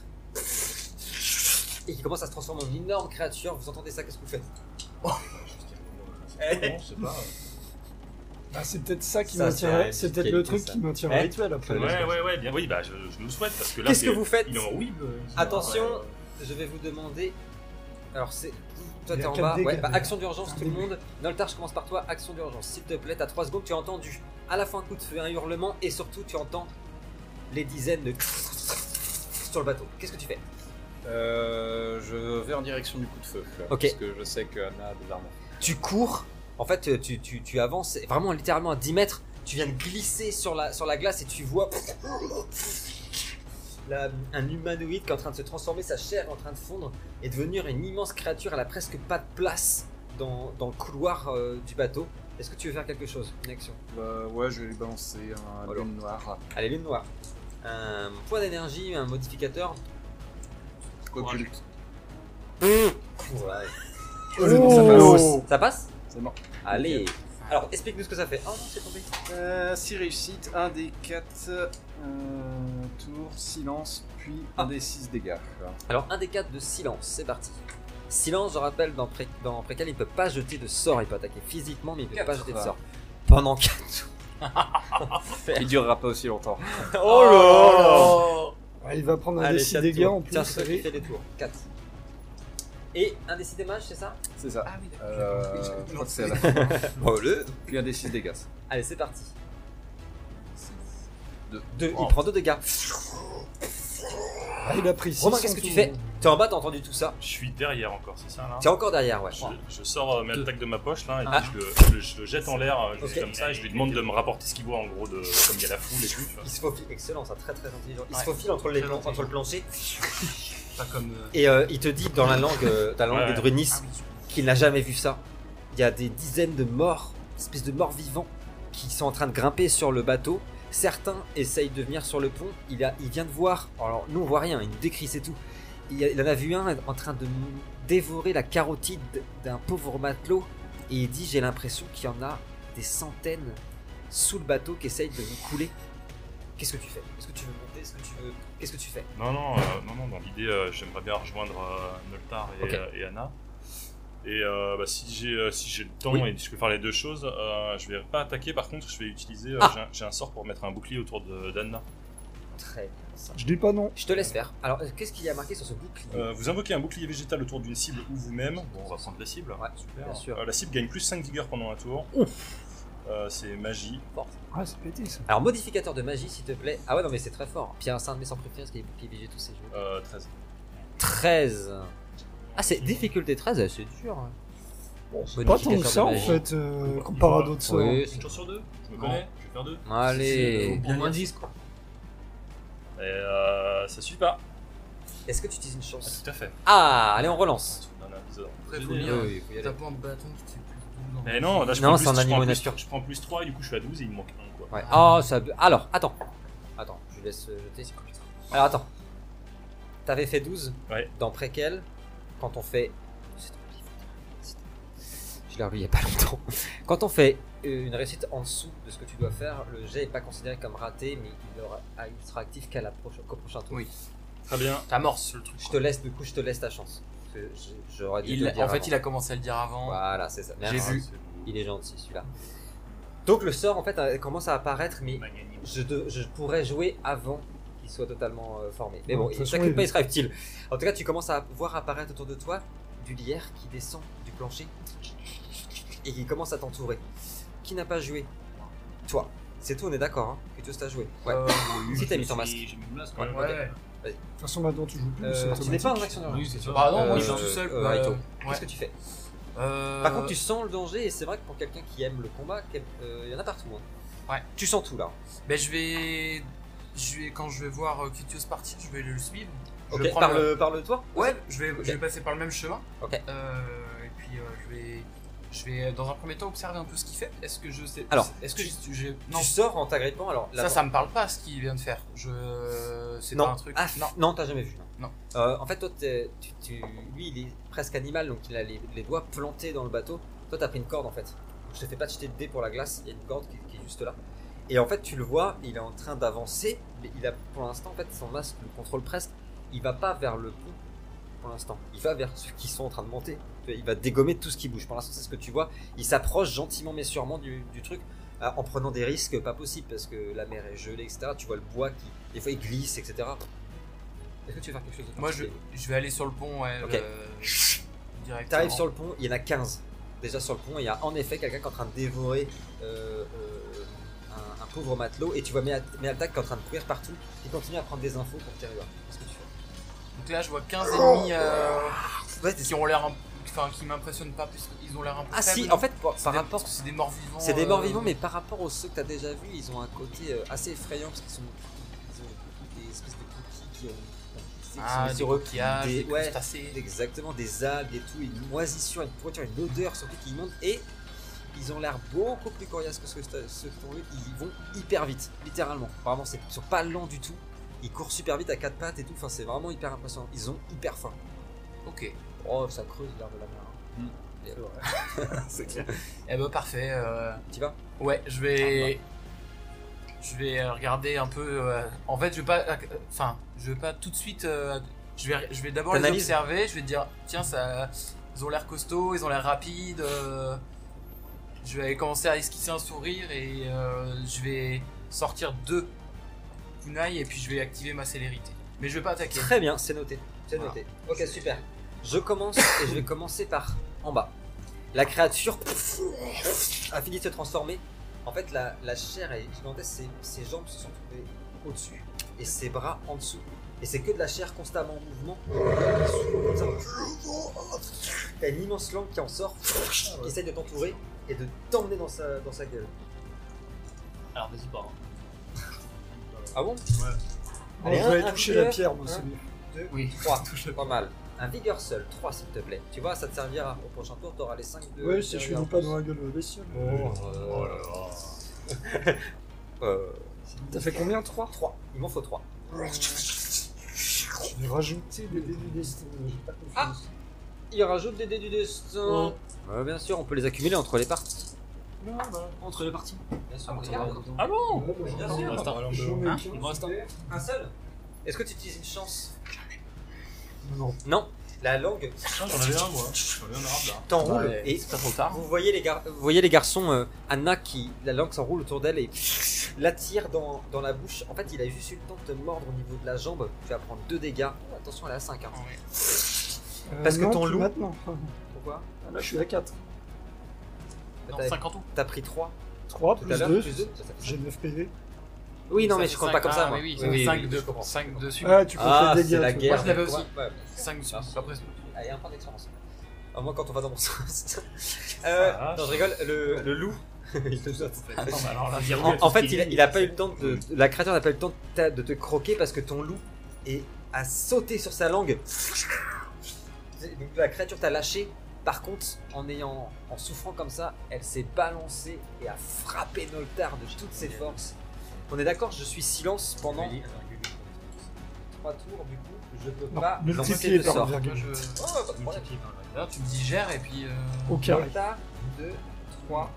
Speaker 1: et qui commencent à se transformer en une énorme créature. Vous entendez ça Qu'est-ce que vous faites Eh.
Speaker 6: Je sais pas.
Speaker 2: Bah, c'est peut-être ça qui
Speaker 1: Ça,
Speaker 2: m'intéresse.
Speaker 1: c'est la
Speaker 2: C'est peut-être
Speaker 1: qualité,
Speaker 2: le truc
Speaker 1: ça.
Speaker 2: qui maintient
Speaker 1: Eh
Speaker 2: le rituel après.
Speaker 6: Ouais, ouais, ouais, bien. Oui, bah je, je nous le souhaite parce que là.
Speaker 1: Qu'est-ce que
Speaker 6: c'est-
Speaker 1: vous faites
Speaker 6: Il est en euh, whib.
Speaker 1: Attention, je vais vous demander. Alors, c'est. Toi,
Speaker 2: Il y
Speaker 1: t'es
Speaker 2: a
Speaker 1: en
Speaker 2: quatre
Speaker 1: bas.
Speaker 2: dégâts,
Speaker 1: Ouais, bah,
Speaker 2: déjà.
Speaker 1: action d'urgence, tout le monde. Noltar, je commence par toi. Action d'urgence, s'il te plaît. T'as 3 secondes, tu as entendu à la fois un coup de feu, un hurlement, et surtout, tu entends les dizaines de. sur le bateau. Qu'est-ce que tu fais
Speaker 3: Euh, je vais en direction du coup de feu.
Speaker 1: Ok.
Speaker 3: Parce que je sais qu'Anna a des armes.
Speaker 1: tu cours, en fait euh, tu, tu, tu avances vraiment littéralement à 10 mètres, tu viens de glisser sur la, sur la glace et tu vois la- un humanoïde qui est en train de se transformer, sa chair est en train de fondre et devenir une immense créature, elle a presque pas de place dans, dans le couloir euh, du bateau. Est-ce que tu veux faire quelque chose Une action
Speaker 3: Bah, ouais, je vais lui balancer un
Speaker 1: Alors.
Speaker 3: lune noir.
Speaker 1: Allez, lune noire. Un point d'énergie, un modificateur.
Speaker 3: Occulte.
Speaker 1: Ouais.
Speaker 2: Oh
Speaker 1: Ça passe
Speaker 3: C'est mort.
Speaker 1: Allez. Alors explique-nous ce que ça fait. Oh non, c'est tombé.
Speaker 3: Euh, 6 réussites, 1 des 4 tours, silence, puis
Speaker 1: Ah.
Speaker 3: 1 des 6 dégâts.
Speaker 1: Alors, un des quatre de silence, c'est parti. Silence, je rappelle, dans, pré dans Précal, il ne peut pas jeter de sort, il peut attaquer physiquement, mais il ne peut pas jeter de
Speaker 3: Quatre.
Speaker 1: sort. Pendant 4 tours.
Speaker 3: Il durera pas aussi longtemps.
Speaker 1: oh là
Speaker 2: Ah, Il va prendre un des six
Speaker 1: quatre
Speaker 2: dégâts
Speaker 1: tours.
Speaker 2: en plus.
Speaker 1: Tiens, c'est toi qui
Speaker 2: allez.
Speaker 1: fais les tours. 4. Et un des 6 des mages, c'est ça
Speaker 3: C'est ça.
Speaker 5: Ah oui, d'accord.
Speaker 3: Euh, je crois que c'est à la Puis 1 des 6 dégâts.
Speaker 1: Allez, c'est parti.
Speaker 3: Deux.
Speaker 1: Deux.
Speaker 3: Oh.
Speaker 1: Il prend 2 dégâts.
Speaker 2: Ah, il a pris six
Speaker 1: Romain,
Speaker 2: en
Speaker 1: qu'est-ce que
Speaker 2: tout.
Speaker 1: tu fais T'es en bas, t'as entendu tout ça
Speaker 6: Je suis derrière encore, c'est ça là
Speaker 1: T'es encore derrière, ouais.
Speaker 6: je, je sors euh, mes attaques de ma poche là et
Speaker 1: Ah.
Speaker 6: puis je le- je, le, je le jette en l'air euh, juste
Speaker 1: Ok.
Speaker 6: comme ça et je lui demande de me rapporter ce qu'il voit en gros de, comme il y a la foule et tout. tu vois.
Speaker 1: Il se faufile, excellent, ça, très très intelligent. Il se
Speaker 5: Ouais.
Speaker 1: faufile entre, les
Speaker 5: Très
Speaker 1: plans-
Speaker 5: intelligent.
Speaker 1: entre le plancher
Speaker 5: Pas comme. euh,
Speaker 1: et euh, il te dit dans la langue, euh, dans la langue
Speaker 6: Ouais.
Speaker 1: des Drunis,
Speaker 5: Ah oui, je-
Speaker 1: qu'il n'a jamais vu ça. Il y a des dizaines de morts, espèces de morts vivants, qui sont en train de grimper sur le bateau. Certains essayent de venir sur le pont. Il, a, il vient de voir, alors nous on voit rien, il nous décrit, c'est tout. Il, y a- il en a vu un en train de dévorer la carotide d'un pauvre matelot. Et il dit J'ai l'impression qu'il y en a des centaines sous le bateau qui essayent de nous couler. Qu'est-ce que tu fais Est-ce que tu veux monter Est-ce que tu veux. Qu'est-ce que tu fais
Speaker 6: Non, non, euh, non, non, dans l'idée, euh, j'aimerais bien rejoindre euh, Noltar et,
Speaker 1: Ok.
Speaker 6: euh, et Anna. Et euh, bah, si j'ai euh, si j'ai le temps
Speaker 1: Oui.
Speaker 6: et si je peux faire les deux choses, euh, je vais pas attaquer. Par contre, je vais utiliser. euh,
Speaker 1: Ah.
Speaker 6: j'ai un- J'ai un sort pour mettre un bouclier autour de- d'Anna.
Speaker 1: Très bien ça.
Speaker 2: Je dis pas non.
Speaker 1: Je te laisse faire. Alors, qu'est-ce qu'il y a marqué sur ce bouclier
Speaker 6: Euh, vous invoquez un bouclier végétal autour d'une cible ou vous-même. Bon, on va prendre la cible.
Speaker 1: Ouais,
Speaker 6: super.
Speaker 1: bien sûr.
Speaker 6: Euh, la cible gagne plus 5 vigueur pendant un tour. Euh, C'est magie.
Speaker 2: Ah, c'est pété ça.
Speaker 1: Alors, modificateur de magie, s'il te plaît. Ah ouais, non, mais c'est très fort. Puis il y a un saint de mes sorts préférés, parce qu'il est privilégié tous ces jeux.
Speaker 6: Euh, 13.
Speaker 1: 13. Ah, c'est difficulté 13, c'est dur. hein.
Speaker 2: C'est Pas tant que ça en
Speaker 1: magie.
Speaker 2: fait, euh, comparé à d'autres sorts.
Speaker 1: Oui,
Speaker 6: Une
Speaker 1: c'est-
Speaker 6: tour sur deux Je me
Speaker 5: Non.
Speaker 6: connais, je vais faire deux.
Speaker 1: Allez.
Speaker 5: Au moins 10 quoi.
Speaker 6: Et euh, ça suit pas.
Speaker 1: Est-ce que tu utilises une
Speaker 6: Ah,
Speaker 1: chance
Speaker 6: tout à fait. euh,
Speaker 1: Ah, allez, on relance.
Speaker 6: On a un épisode.
Speaker 5: Après, faut
Speaker 1: Oui,
Speaker 5: lire.
Speaker 1: oui, faut y aller.
Speaker 5: T'as pas un bâton qui te fait plus de
Speaker 6: Mais non, là, je
Speaker 1: Eh, Non,
Speaker 6: prends
Speaker 1: c'est
Speaker 6: plus-
Speaker 1: en
Speaker 6: je prends
Speaker 1: animaux
Speaker 6: plus-
Speaker 1: nature.
Speaker 6: Je prends plus 3 et du coup je suis à 12 et il me manque 1 quoi.
Speaker 1: Ouais. Oh, ça. Alors, attends. Attends, je laisse euh, jeter. Alors, attends. T'avais fait 12
Speaker 6: Ouais.
Speaker 1: dans Préquel. Quand on fait. Je l'ai relu il y a pas longtemps. Quand on fait euh, une réussite en dessous de ce que tu dois faire, le jet est pas considéré comme raté, mais il, aura- ah, il sera actif qu'à la prochaine- qu'au prochain tour.
Speaker 5: Oui.
Speaker 6: Très bien.
Speaker 5: T'amorces le truc.
Speaker 1: Je te laisse, du coup, je te laisse ta chance. Parce que j'ai- J'aurais dû te
Speaker 5: Il,
Speaker 1: le
Speaker 5: en
Speaker 1: dire
Speaker 5: fait,
Speaker 1: avant. Bah,
Speaker 5: il a commencé à le dire avant.
Speaker 1: Voilà, c'est ça.
Speaker 5: J'ai
Speaker 1: Merci.
Speaker 5: vu.
Speaker 1: Il est gentil celui-là. Donc le sort en fait euh, commence à apparaître, mais
Speaker 6: Magnanime.
Speaker 1: je, de- je pourrais jouer avant qu'il soit totalement euh, formé. Mais
Speaker 2: Ouais,
Speaker 1: bon,
Speaker 2: de toute façon,
Speaker 1: t'inquiète
Speaker 2: il-
Speaker 1: pas, il sera utile. En tout cas, tu commences à voir apparaître autour de toi du lierre qui descend du plancher et qui commence à t'entourer. Qui n'a pas joué Toi. C'est tout, on est d'accord, hein, que tu as joué. Ouais.
Speaker 5: Euh,
Speaker 1: si t'as mis ton masque.
Speaker 4: J'ai j'ai mis le masque quand même.
Speaker 1: Ouais,
Speaker 4: ok.
Speaker 2: De
Speaker 5: ouais.
Speaker 2: toute façon, maintenant tu joues plus.
Speaker 1: Euh,
Speaker 2: c'est
Speaker 1: tu n'es pas en
Speaker 2: automatique.
Speaker 1: action d'urgence.
Speaker 5: oui, c'est sûr. Bah non, moi je suis
Speaker 1: Euh,
Speaker 5: tout seul.
Speaker 1: euh,
Speaker 5: bah,
Speaker 1: Aito.
Speaker 5: ouais.
Speaker 1: Qu'est-ce que tu fais
Speaker 5: Euh,
Speaker 1: Par contre, tu sens le danger et c'est vrai que pour quelqu'un qui aime le combat, quel- euh, il y en a partout. hein.
Speaker 5: Ouais.
Speaker 1: Tu sens tout là.
Speaker 5: Ben, je vais. Je vais, quand je vais voir euh, Cutius partir, je vais le suivre. Je
Speaker 1: Ok,
Speaker 5: vais prendre
Speaker 1: parle, parle toi.
Speaker 5: Ouais, je vais,
Speaker 1: Ok.
Speaker 5: je vais passer par le même chemin.
Speaker 1: Ok.
Speaker 5: Euh, et puis euh, je vais, je vais euh, dans un premier temps observer un peu ce qu'il fait. Est-ce que je sais
Speaker 1: Alors,
Speaker 5: est-ce que je- je- non
Speaker 1: Tu sors en t'agrippant, alors la-
Speaker 5: ça, ça me parle pas ce qu'il vient de faire. Je, c'est
Speaker 1: non.
Speaker 5: pas un truc.
Speaker 1: Ah,
Speaker 5: non.
Speaker 1: non, t'as jamais vu.
Speaker 5: Non.
Speaker 1: Euh, en fait, toi, t'es- tu, tu- lui, il est presque animal, donc il a les, les doigts plantés dans le bateau. Toi, t'as pris une corde en fait. Donc, je te fais pas de jeter de dés pour la glace. Il y a une corde qui, qui est juste là. Et en fait, tu le vois, il est en train d'avancer, mais il a pour l'instant, en fait, son masque le contrôle presque. Il va pas vers le pont. pour l'instant. Il va vers ceux qui sont en train de monter. Il va dégommer tout ce qui bouge. Pour l'instant, c'est ce que tu vois. Il s'approche gentiment mais sûrement du, du truc euh, en prenant des risques pas possibles parce que la mer est gelée, etc. Tu vois le bois qui, des fois, il glisse, etc. Est-ce que tu veux faire quelque chose de
Speaker 5: Moi, je,
Speaker 1: particulier
Speaker 5: je vais aller sur le pont, ouais. euh,
Speaker 1: Ok.
Speaker 5: Direct.
Speaker 1: T'arrives sur le pont, il y en a 15. Déjà sur le pont, il y a en effet quelqu'un qui est en train de dévorer euh, euh, un, un pauvre matelot. Et tu vois Meal- Mealdac qui est en train de courir partout. Il continue à prendre des infos pour Terua. Qu'est-ce que tu fais
Speaker 5: Donc là, je vois 15 ennemis euh,
Speaker 1: Ouais, t'es-
Speaker 5: qui ont l'air. un- Enfin, qui m'impressionnent pas, parce qu'ils ont l'air un peu.
Speaker 1: Ah si,
Speaker 5: faibles.
Speaker 1: en fait, par-
Speaker 5: C'est
Speaker 1: par
Speaker 5: des-
Speaker 1: rapport.
Speaker 5: C'est des morts vivants.
Speaker 1: C'est des
Speaker 5: euh,
Speaker 1: morts vivants, mais par rapport aux ceux que t'as déjà vus, ils ont un côté euh, assez effrayant parce qu'ils sont ils ont des espèces de cookies qui ont. qui sont
Speaker 5: Ah, des
Speaker 1: sur eux.
Speaker 5: coquillages,
Speaker 1: des-
Speaker 5: des
Speaker 1: ouais.
Speaker 5: crustacés.
Speaker 1: Exactement, des algues et tout, une moisissure, une pourriture, une odeur surtout qui monte et ils ont l'air beaucoup plus coriaces que ceux que t'as- ceux que t'as vu. Ils vont hyper vite, littéralement. Vraiment, c'est- ils sont pas lents du tout. Ils courent super vite à quatre pattes et tout. Enfin, c'est vraiment hyper impressionnant. Ils ont hyper faim.
Speaker 5: Ok.
Speaker 1: Oh, ça creuse l'air de la mer. hein.
Speaker 3: Mm.
Speaker 1: Et- euh,
Speaker 3: C'est clair.
Speaker 5: Eh ben, parfait. euh,
Speaker 1: Tu vas
Speaker 5: Ouais, je
Speaker 1: Ah,
Speaker 5: vais.
Speaker 1: bah.
Speaker 5: Je vais euh, regarder un peu. euh, En fait, je vais pas. Enfin, je vais pas tout de suite. euh, Je vais, je vais d'abord les
Speaker 1: T'analyses.
Speaker 5: observer. Je vais dire tiens, ça, ils ont l'air costauds, ils ont l'air rapides. euh, Je vais commencer à esquisser un sourire et euh, je vais sortir deux kunai et puis je vais activer ma célérité. Mais je vais pas attaquer.
Speaker 1: Très bien, c'est noté. C'est
Speaker 5: Voilà.
Speaker 1: noté. Ok, super. Je commence et je vais commencer par en bas. La créature pff, a fini de se transformer. En fait, la, la chair est gigantesque. Ses, ses jambes se sont trouvées au-dessus et ses bras en dessous. Et c'est que de la chair constamment en mouvement. T'as une immense langue qui en sort, qui essaie de t'entourer et de t'emmener dans sa, dans sa gueule.
Speaker 4: Alors vas-y, pars.
Speaker 1: Ah bon
Speaker 2: Bon,
Speaker 1: Allez,
Speaker 2: je
Speaker 1: un-
Speaker 2: vais
Speaker 1: un
Speaker 2: aller toucher la
Speaker 1: tueur,
Speaker 2: pierre, moi,
Speaker 1: hein.
Speaker 2: c'est mieux.
Speaker 1: 3, pas mal. Un vigueur seul, 3 s'il te plaît. Tu vois, ça te servira au prochain tour, t'auras les 5 de.
Speaker 2: Ouais, si je
Speaker 1: de-
Speaker 2: finis pas dans la gueule de la bestiole.
Speaker 6: Oh là là.
Speaker 1: Euh,
Speaker 2: T'as fait combien, 3
Speaker 1: 3, il m'en faut 3.
Speaker 2: Je vais rajouter des dés du destin, j'ai pas confiance.
Speaker 1: Ah Il rajoute des dés du
Speaker 2: Oh.
Speaker 1: destin. Ouais, Euh, bien sûr, on peut les accumuler entre les parties.
Speaker 2: Non, bah,
Speaker 4: Entre les parties.
Speaker 1: Bien sûr,
Speaker 4: on
Speaker 1: on les
Speaker 4: regarde.
Speaker 1: garde.
Speaker 4: Ah bon
Speaker 2: ouais, bah,
Speaker 1: oh, Bien
Speaker 2: j'en
Speaker 1: sûr.
Speaker 2: ai- j'en ai
Speaker 4: Hein
Speaker 2: qu'un,
Speaker 4: Il me reste un.
Speaker 2: super.
Speaker 1: Un seul Est-ce que tu utilises une chance
Speaker 2: Non,
Speaker 1: Non, la langue
Speaker 6: Putain, j'en avais un moi. J'en avais un arabe là.
Speaker 1: t'enroule
Speaker 5: Ouais,
Speaker 1: et
Speaker 5: c'est pas trop tard.
Speaker 1: vous voyez les, gar- vous voyez les garçons, euh, Anna qui la langue s'enroule autour d'elle et l'attire dans, dans la bouche. En fait, il a juste eu le temps de te mordre au niveau de la jambe. Tu vas prendre 2 dégâts. Oh, attention, elle est à 5. Hein.
Speaker 2: Euh,
Speaker 1: Parce que
Speaker 2: non,
Speaker 1: ton
Speaker 2: plus
Speaker 1: loup-
Speaker 2: Maintenant. Ah,
Speaker 1: Pourquoi
Speaker 2: Là, je suis à 4.
Speaker 5: Non,
Speaker 1: T'as-
Speaker 5: 50 ans.
Speaker 1: T'as pris 3
Speaker 2: 3
Speaker 1: tout à
Speaker 2: plus
Speaker 1: l'heure
Speaker 2: 2,
Speaker 1: plus deux, ça fait
Speaker 2: j'ai 9 PV.
Speaker 1: Oui, non, mais je compte pas comme ça.
Speaker 5: Ah,
Speaker 1: moi.
Speaker 5: mais oui,
Speaker 1: Oui, oui,
Speaker 5: 5
Speaker 1: oui,
Speaker 5: de
Speaker 1: je comprends.
Speaker 5: 5 dessus.
Speaker 2: Ah, tu comptes
Speaker 1: Ah,
Speaker 2: les
Speaker 1: c'est
Speaker 2: dégâts.
Speaker 1: la
Speaker 2: toi.
Speaker 1: guerre.
Speaker 5: je l'avais aussi.
Speaker 1: Ouais, ouais.
Speaker 5: 5 dessus.
Speaker 1: Merci.
Speaker 5: Après, c'est-
Speaker 1: Allez, un point d'expérience. À moins quand on va dans mon sens.
Speaker 6: Ah.
Speaker 1: Euh, non, je rigole, le, le loup. il te jette.
Speaker 6: Attends, mais alors là, virgule
Speaker 1: en,
Speaker 6: à tout
Speaker 1: en
Speaker 6: ce
Speaker 1: fait,
Speaker 6: qu'il
Speaker 1: il, a-
Speaker 6: dit.
Speaker 1: il a pas eu le temps de. La créature n'a pas eu le temps de, ta- de te croquer parce que ton loup est, a sauté sur sa langue. Donc la créature t'a lâché. Par contre, en ayant, en souffrant comme ça, elle s'est balancée et a frappé Noltar de toutes ses forces. On est d'accord, je suis silence pendant trois tours. Du coup, je peux
Speaker 2: Non,
Speaker 1: pas lancer
Speaker 2: multiplié
Speaker 1: de
Speaker 2: par
Speaker 1: sort.
Speaker 5: Moi,
Speaker 1: Oh,
Speaker 2: virgule.
Speaker 5: je-
Speaker 1: pas de problème.
Speaker 6: Multiplié par le-
Speaker 5: Là, tu me digères et puis. euh,
Speaker 2: Au carré.
Speaker 1: Delta, 2, 3,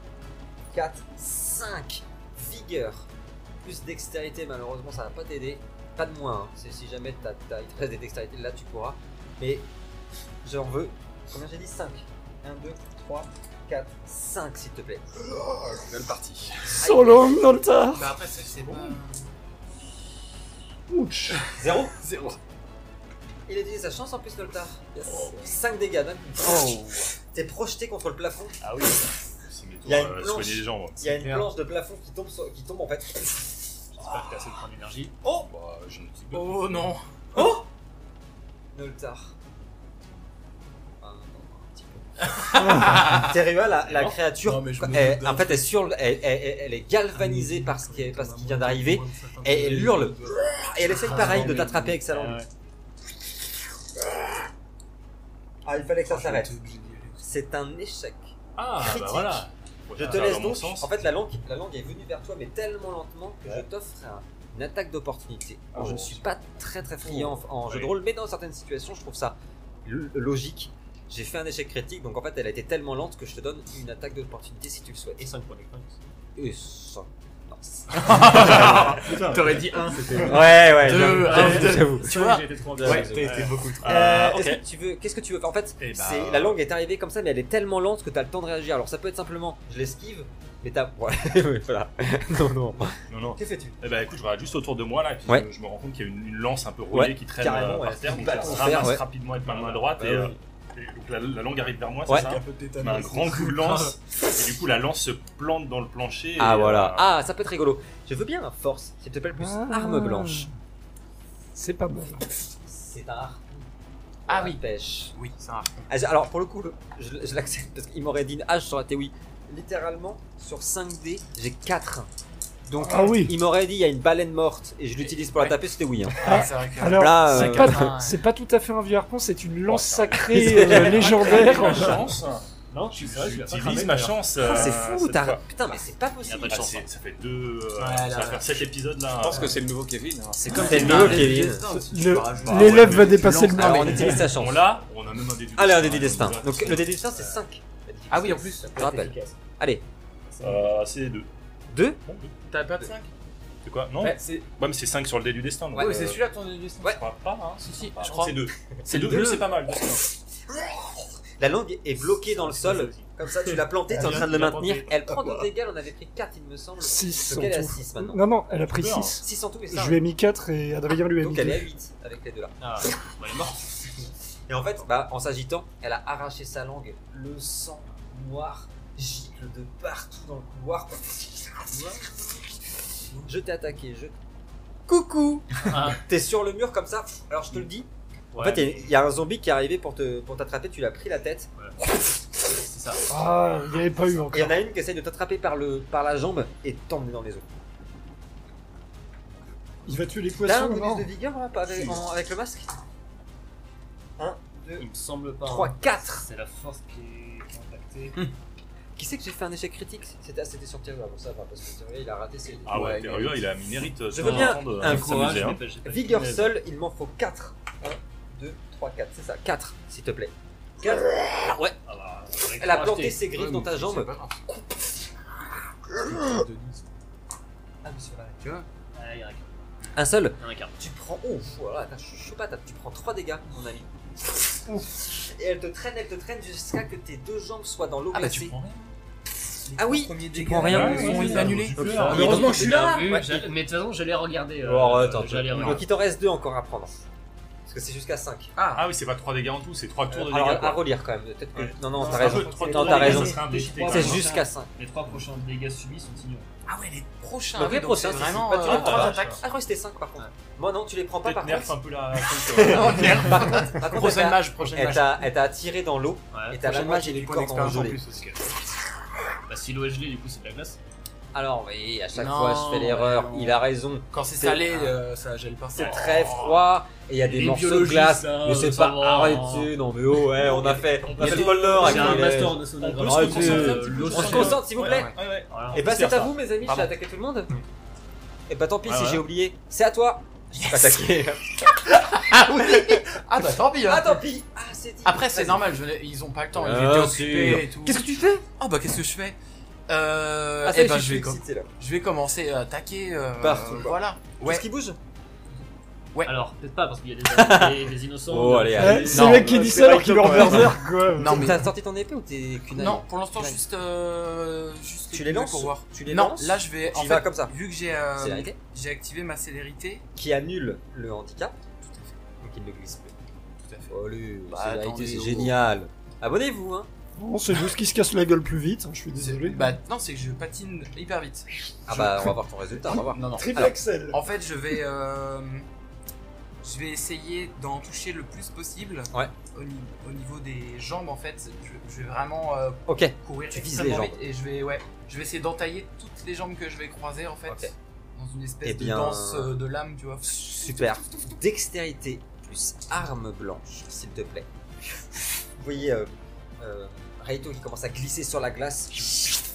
Speaker 1: 4, 5. Vigueur. Plus dextérité, malheureusement, ça va pas t'aider. Pas de moins. hein. C'est si jamais t'as, t'as- il te reste des dextérités, là tu pourras. Mais j'en veux. Combien j'ai dit 5 1, 2, 3, 4, 5 s'il te plaît.
Speaker 3: Belle partie.
Speaker 2: Solo dans le tard.
Speaker 5: Bah, après, c'est- c'est pas.
Speaker 2: Ouch.
Speaker 1: 0
Speaker 5: Zéro.
Speaker 1: Il a utilisé sa chance en plus, Noltar. 5 dégâts d'un coup. T'es projeté contre le plafond.
Speaker 6: Ah oui. C'est mes
Speaker 1: Il y a
Speaker 6: tours,
Speaker 1: une
Speaker 6: euh,
Speaker 1: planche.
Speaker 6: soigner les gens. moi.
Speaker 1: Il y a une
Speaker 5: clair.
Speaker 1: planche de plafond qui tombe, sur- qui tombe en fait.
Speaker 6: J'espère que t'as assez de points d'énergie.
Speaker 1: Oh
Speaker 6: Bah, j'ai une petite botte.
Speaker 5: Oh non
Speaker 1: Noltar. Ah, Enfin, un petit peu. Terua, la, la créature,
Speaker 5: Non, mais je me Ah, doute hein.
Speaker 1: elle-
Speaker 5: bien.
Speaker 1: en fait, elle surle, elle, elle- elle- elle est galvanisée par ce qui, est- par ce qui vient d'arriver, et elle eh, hurle. Et elle essaye pareil de t'attraper avec sa langue. Ah, il fallait que ça s'arrête. C'est un échec.
Speaker 6: Ah,
Speaker 1: Critique.
Speaker 6: bah voilà.
Speaker 1: Je te laisse donc. En fait, la langue, la langue est venue vers toi, mais tellement lentement que je t'offre un- une attaque d'opportunité. Alors, je ne suis pas très très friand en, en jeu de
Speaker 6: Ouais.
Speaker 1: rôle, mais dans certaines situations, je trouve ça l- logique. J'ai fait un échec critique, donc en fait, elle a été tellement lente que je te donne une attaque d'opportunité si tu le souhaites.
Speaker 6: Et 5 points d'expérience.
Speaker 1: Et ça.
Speaker 4: lance.
Speaker 6: Putain.
Speaker 5: T'aurais dit un.
Speaker 1: Ouais, ouais,
Speaker 5: Deux,
Speaker 1: j'avoue,
Speaker 5: un,
Speaker 1: j'avoue,
Speaker 5: deux.
Speaker 1: j'avoue.
Speaker 5: Tu vois
Speaker 6: J'ai été trop en
Speaker 1: Ouais,
Speaker 6: dessous.
Speaker 5: t'as été beaucoup trop.
Speaker 6: Euh,
Speaker 1: Euh,
Speaker 6: ok.
Speaker 1: est-ce que tu veux Qu'est-ce que tu veux faire En fait,
Speaker 6: Eh ben,
Speaker 1: c'est- la langue est arrivée comme ça, mais elle est tellement lente que t'as le temps de réagir. Alors ça peut être simplement, je l'esquive, mais t'as. Ouais, ouais, voilà. Non, non.
Speaker 6: Non, non.
Speaker 1: Que fais-tu
Speaker 6: Eh ben, écoute, je regarde juste autour de moi là, et puis
Speaker 1: Ouais.
Speaker 6: je, je me rends compte qu'il y a une, une lance un peu roulée
Speaker 1: Ouais,
Speaker 6: qui traîne
Speaker 1: carrément,
Speaker 6: euh,
Speaker 1: ouais.
Speaker 6: par terre, donc
Speaker 1: Bah,
Speaker 6: elle se
Speaker 1: on
Speaker 6: ramasse
Speaker 1: fait, ouais.
Speaker 6: rapidement avec ma main droite,
Speaker 2: Bah
Speaker 6: et,
Speaker 2: oui.
Speaker 6: euh, et donc la, la langue arrive vers moi, c'est
Speaker 1: Ouais.
Speaker 6: ça
Speaker 2: Avec un peu de
Speaker 6: Je
Speaker 2: tétanos.
Speaker 6: mets un grand coup de lance, et du coup la lance se plante dans le plancher.
Speaker 1: Ah
Speaker 6: et,
Speaker 1: voilà.
Speaker 6: euh,
Speaker 1: Ah, ça peut être rigolo. Je veux bien un force, s'il te plaît, plus
Speaker 2: Ah.
Speaker 1: arme blanche.
Speaker 2: C'est pas bon.
Speaker 1: C'est un harpon.
Speaker 5: Ah
Speaker 1: La
Speaker 5: oui.
Speaker 1: Pêche.
Speaker 5: Oui, c'est un rare.
Speaker 1: Ah, j'ai- Alors pour le coup, le- je, je l'accepte parce qu'il m'aurait dit une hache, ça aurait été oui. Littéralement, sur 5D, j'ai 4. Donc,
Speaker 2: Ah oui.
Speaker 1: il m'aurait dit il y a une baleine morte et je l'utilise pour la
Speaker 5: Ouais.
Speaker 1: taper, c'était oui. hein.
Speaker 5: Ah, c'est vrai que-
Speaker 2: Alors,
Speaker 1: Là,
Speaker 2: c'est
Speaker 1: euh,
Speaker 2: pas,
Speaker 5: quatre-vingts,
Speaker 2: c'est pas tout à fait un vieux harpon, c'est une lance
Speaker 6: Oh, Ah, putain.
Speaker 2: sacrée euh,
Speaker 6: Avec ma
Speaker 2: légendaire.
Speaker 6: chance,
Speaker 4: Non, je suis sérieux, je l'ai pas
Speaker 6: j'utilise
Speaker 4: cramé,
Speaker 6: ma
Speaker 4: d'ailleurs.
Speaker 6: chance.
Speaker 1: Ah, c'est
Speaker 6: euh,
Speaker 1: fou,
Speaker 6: cette
Speaker 1: t'as.
Speaker 6: fois.
Speaker 1: Putain, mais c'est pas
Speaker 7: Il y a
Speaker 1: possible.
Speaker 7: pas de
Speaker 6: Ah,
Speaker 7: chance.
Speaker 6: c'est- ça fait deux. euh,
Speaker 5: Ouais,
Speaker 6: ça
Speaker 5: là,
Speaker 6: va
Speaker 5: là.
Speaker 6: faire sept épisodes là.
Speaker 7: Je pense que c'est le nouveau Kevin. hein.
Speaker 1: C'est comme
Speaker 5: C'est
Speaker 1: t'es
Speaker 5: un
Speaker 1: nul,
Speaker 5: dé du
Speaker 1: Kevin.
Speaker 5: destin, tu
Speaker 2: Le-
Speaker 5: vois, je-
Speaker 2: L'élève
Speaker 6: Ah, ouais,
Speaker 2: va
Speaker 6: mais tu
Speaker 2: dépasser le
Speaker 5: lances- Ah,
Speaker 1: Alors, on
Speaker 2: mort.
Speaker 5: mais-
Speaker 1: utilise sa chance.
Speaker 6: On l'a, on a même un dé du
Speaker 1: Allez, un
Speaker 6: destin,
Speaker 1: dé du
Speaker 6: hein,
Speaker 1: destin.
Speaker 6: donc,
Speaker 1: Donc, le dé du destin, c'est 5.
Speaker 5: Ah oui, en plus.
Speaker 1: Je rappelle. Allez,
Speaker 6: Euh, c'est deux.
Speaker 1: 2
Speaker 6: Bon, deux.
Speaker 5: T'avais pas de 5
Speaker 6: C'est quoi Non
Speaker 5: Ouais, c'est
Speaker 6: Ouais, mais c'est 5 sur le dé du destin. donc,
Speaker 5: ouais,
Speaker 6: euh,
Speaker 5: c'est celui-là ton édition.
Speaker 1: Ouais.
Speaker 6: Je crois pas, hein.
Speaker 5: Si, si,
Speaker 6: Ah,
Speaker 5: je
Speaker 6: non,
Speaker 5: crois.
Speaker 6: C'est deux. C'est deux,
Speaker 5: deux.
Speaker 6: mais c'est pas mal.
Speaker 1: La langue est bloquée dans le sol. Comme ça, tu l'as plantée, tu es en train de le maintenir. Elle prend de dégâts, on avait pris 4, il me semble.
Speaker 2: 6 en
Speaker 1: Donc elle est à
Speaker 2: tout.
Speaker 1: 6 maintenant.
Speaker 2: Non, non, elle a pris
Speaker 6: Peur.
Speaker 2: 6.
Speaker 1: 6 en tout et ça.
Speaker 2: Je lui ai mis 4 et Adrien lui a mis
Speaker 1: Donc elle est à
Speaker 2: 2.
Speaker 1: 8 avec les deux là.
Speaker 4: Ah, bah, il est mort.
Speaker 1: Et en fait, bah, en s'agitant, elle a arraché sa langue. Le sang noir gicle de partout dans le couloir. Je t'ai attaqué, je. Coucou
Speaker 4: Ah.
Speaker 1: T'es sur le mur comme ça. Alors je te le dis. En
Speaker 4: Ouais,
Speaker 1: fait, il y a- il y, a un zombie qui est arrivé pour te pour t'attraper. Tu l'as pris la tête.
Speaker 4: c'est ça.
Speaker 2: Ah, il n'y avait pas eu
Speaker 1: Et il y
Speaker 2: encore.
Speaker 1: en a une qui essaye de t'attraper par le par la jambe et t'emmener dans les eaux.
Speaker 2: Il va tuer les
Speaker 1: T'as un
Speaker 2: poissons,
Speaker 1: bonus
Speaker 2: non Eh,
Speaker 1: de vigueur là, pas avec, en- avec le masque 1, 2,
Speaker 4: Il me semble pas. hein.
Speaker 1: 3, 4
Speaker 4: C'est la force qui est, qui est impactée.
Speaker 1: Qui c'est que j'ai fait un échec critique C'était ah, c'était sur Thierry, bon ça va, parce que Thierry il a raté ses.
Speaker 6: Ah ouais,
Speaker 5: Ouais,
Speaker 6: Terrier, il a mis mérite. euh,
Speaker 1: Je
Speaker 6: sans
Speaker 1: veux bien
Speaker 6: attendre,
Speaker 1: un
Speaker 6: euh,
Speaker 4: Courage,
Speaker 6: s'amuser, hein.
Speaker 4: j'ai pas- j'ai pas
Speaker 1: Vigueur
Speaker 4: été à l'aise.
Speaker 1: seul, il m'en faut 4. 1, 2, 3, 4, c'est ça, 4, s'il te plaît. 4. ouais,
Speaker 4: Ah bah, c'est vrai
Speaker 1: elle a
Speaker 4: qu'on
Speaker 1: planté
Speaker 4: acheté.
Speaker 1: ses griffes dans ta jambe.
Speaker 5: Denise.
Speaker 1: Ah, mais c'est vrai.
Speaker 5: Tu vois
Speaker 4: Ah, il y en a
Speaker 1: Un seul,
Speaker 4: qu'un. Il y en a qu'un.
Speaker 1: tu prends. oh, Ouf, voilà, attends, je, je sais pas, t'as- tu prends 3 dégâts, mon ami. Ouf. Et elle te traîne, elle te traîne jusqu'à que tes deux jambes soient dans l'eau
Speaker 5: Ah bah
Speaker 1: glacée.
Speaker 5: tu prends rien.
Speaker 1: Ah oui, tu prends
Speaker 6: Ouais,
Speaker 1: rien.
Speaker 6: ouais,
Speaker 5: ils ont-
Speaker 6: ouais,
Speaker 5: ils
Speaker 6: ouais,
Speaker 5: annulé.
Speaker 6: tu peux,
Speaker 4: Ok.
Speaker 6: hein.
Speaker 1: Ah, mais heureusement que je suis là.
Speaker 4: Bien vu,
Speaker 1: Ouais.
Speaker 4: j'allais- Mais de toute façon, j'allais regarder. euh,
Speaker 1: Bon, Oh, attends,
Speaker 4: euh, j'allais
Speaker 1: attends.
Speaker 4: regarder.
Speaker 1: Donc il t'en reste 2 encore à prendre. Parce que c'est jusqu'à 5.
Speaker 5: Ah,
Speaker 6: Ah oui, c'est pas 3 dégâts en tout, c'est 3 tours de
Speaker 1: Euh, Alors
Speaker 6: dégâts.
Speaker 1: à
Speaker 6: quoi.
Speaker 1: relire quand même. Peut-être que...
Speaker 6: Ouais.
Speaker 1: Non, non,
Speaker 6: C'est
Speaker 1: t'as
Speaker 6: un
Speaker 1: raison.
Speaker 6: peu trois
Speaker 1: Non,
Speaker 6: tours de
Speaker 1: t'as
Speaker 6: dégâts,
Speaker 1: raison.
Speaker 6: ça serait un déchiré,
Speaker 4: C'est
Speaker 6: quoi.
Speaker 1: C'est
Speaker 4: Ouais.
Speaker 1: jusqu'à 5.
Speaker 4: Les trois prochains dégâts subis sont ignorés.
Speaker 5: ah ouais, les prochains.
Speaker 1: Donc
Speaker 5: ouais,
Speaker 1: les
Speaker 5: donc
Speaker 1: prochains,
Speaker 5: c'est
Speaker 1: c'est-
Speaker 5: vraiment
Speaker 1: c'est pas
Speaker 5: euh,
Speaker 1: tiré,
Speaker 5: trois
Speaker 1: pas.
Speaker 5: attaques.
Speaker 1: Ah, je crois que c'était 5 par contre. Moi non, tu les prends pas
Speaker 6: Peut-être
Speaker 1: par
Speaker 6: nerf hein.
Speaker 1: contre.
Speaker 6: un peu la. euh, la-
Speaker 1: Par contre, par contre, elle
Speaker 5: Prochaine
Speaker 1: t'a-
Speaker 5: mage, prochaine
Speaker 1: elle
Speaker 5: mage.
Speaker 1: t'a- elle t'a attiré dans l'eau
Speaker 4: Ouais.
Speaker 1: et t'as la
Speaker 5: Prochaine
Speaker 1: mage
Speaker 5: mage,
Speaker 1: et les
Speaker 5: tu prends
Speaker 1: corps
Speaker 5: l'expérience en
Speaker 1: engelés.
Speaker 5: plus aussi.
Speaker 4: Bah, si l'eau est gelée, du coup, c'est de la glace.
Speaker 1: Alors oui, à chaque
Speaker 5: Non,
Speaker 1: fois je fais l'erreur,
Speaker 5: non.
Speaker 1: il a raison.
Speaker 5: Quand c'est
Speaker 1: C'est-
Speaker 5: salé, euh, ça gèle pas.
Speaker 1: C'est
Speaker 5: Ouais.
Speaker 1: très froid et il y a des
Speaker 4: Les
Speaker 1: morceaux de
Speaker 4: biologistes,
Speaker 1: glace.
Speaker 4: là,
Speaker 1: Mais c'est
Speaker 4: ça
Speaker 1: pas
Speaker 4: va.
Speaker 1: arrêté, non mais oh ouais, on a fait.
Speaker 4: On
Speaker 1: Il y
Speaker 4: peut
Speaker 1: a
Speaker 4: se-
Speaker 1: du bol d'or
Speaker 4: J'ai
Speaker 1: avec
Speaker 4: un
Speaker 1: les-
Speaker 4: master de sauna.
Speaker 6: On peut
Speaker 1: Ah,
Speaker 6: se
Speaker 1: je-
Speaker 6: concentrer un petit peu
Speaker 4: on
Speaker 6: sur
Speaker 1: se
Speaker 6: le-
Speaker 1: concentre, s'il vous plaît.
Speaker 6: Ouais, ouais, ouais.
Speaker 1: Et bah c'est à
Speaker 6: ça.
Speaker 1: vous mes amis, j'ai
Speaker 5: Pardon.
Speaker 1: attaqué tout le monde.
Speaker 4: Mm.
Speaker 1: Et bah tant pis
Speaker 6: Ouais,
Speaker 1: si
Speaker 6: ouais.
Speaker 1: j'ai oublié, c'est à toi. J'ai pas attaqué.
Speaker 5: Ah oui Ah bah tant pis. hein.
Speaker 1: Ah tant pis. Ah c'est dit.
Speaker 5: Après, c'est
Speaker 1: Vas-y.
Speaker 5: normal, je n'ai- ils ont pas le temps. Ils
Speaker 1: Bien
Speaker 5: étaient
Speaker 1: sûr.
Speaker 5: occupés et tout.
Speaker 1: Qu'est-ce que tu fais
Speaker 5: Ah bah qu'est-ce que je fais euh,
Speaker 1: Ah
Speaker 5: eh
Speaker 1: c'est
Speaker 5: ben,
Speaker 1: je
Speaker 5: je,
Speaker 1: suis
Speaker 5: vais com-
Speaker 1: excité là.
Speaker 5: je vais commencer à attaquer. euh,
Speaker 1: Partout, quoi.
Speaker 5: Voilà.
Speaker 1: Qu'est-ce
Speaker 5: Ouais.
Speaker 1: qui bouge
Speaker 4: Alors, peut-être pas, parce qu'il y a des, des- des innocents.
Speaker 1: Oh, allez, allez.
Speaker 2: Eh, C'est
Speaker 5: Non,
Speaker 2: le mec qui dit ça alors qu'il est en berserk,
Speaker 5: Non,
Speaker 2: quoi.
Speaker 5: mais-
Speaker 1: T'as sorti ton épée ou t'es kunai
Speaker 5: Non, pour l'instant,
Speaker 1: Ouais.
Speaker 5: juste, euh, juste.
Speaker 1: Tu les lances
Speaker 5: pour voir.
Speaker 1: Tu les
Speaker 5: non,
Speaker 1: lances
Speaker 5: là je vais.
Speaker 1: Tu y vas comme ça.
Speaker 5: Vu que j'ai euh,
Speaker 1: Célérité.
Speaker 5: j'ai activé ma célérité.
Speaker 1: Qui annule le handicap. Donc il ne glisse plus. Oh,
Speaker 5: Tout à fait.
Speaker 1: Allez,
Speaker 5: Bah,
Speaker 1: c'est la
Speaker 5: attendez,
Speaker 1: réalité, c'est
Speaker 5: oh.
Speaker 1: génial. Abonnez-vous, hein.
Speaker 2: Bon, c'est juste qui se casse la gueule plus vite, hein, je suis désolé.
Speaker 5: Bah non, c'est que je patine hyper vite.
Speaker 1: Ah bah, on va voir ton résultat, on va voir.
Speaker 5: Non, non.
Speaker 2: Triple
Speaker 1: alors-
Speaker 2: Axel
Speaker 5: En fait, je vais. euh, je vais essayer d'en toucher le plus possible.
Speaker 1: Ouais.
Speaker 5: Au, ni- au niveau des jambes, en fait, je, je vais vraiment euh,
Speaker 1: Ok,
Speaker 5: courir
Speaker 1: Tu vises
Speaker 5: extrêmement
Speaker 1: les jambes.
Speaker 5: vite et je vais ouais, je vais essayer d'entailler toutes les jambes que je vais croiser en fait
Speaker 1: Ok.
Speaker 5: dans une espèce
Speaker 1: Eh
Speaker 5: de
Speaker 1: bien-
Speaker 5: danse euh, de lame, tu vois.
Speaker 1: super. Dextérité plus arme blanche, s'il te plaît. Vous voyez euh, euh, Raito qui commence à glisser sur la glace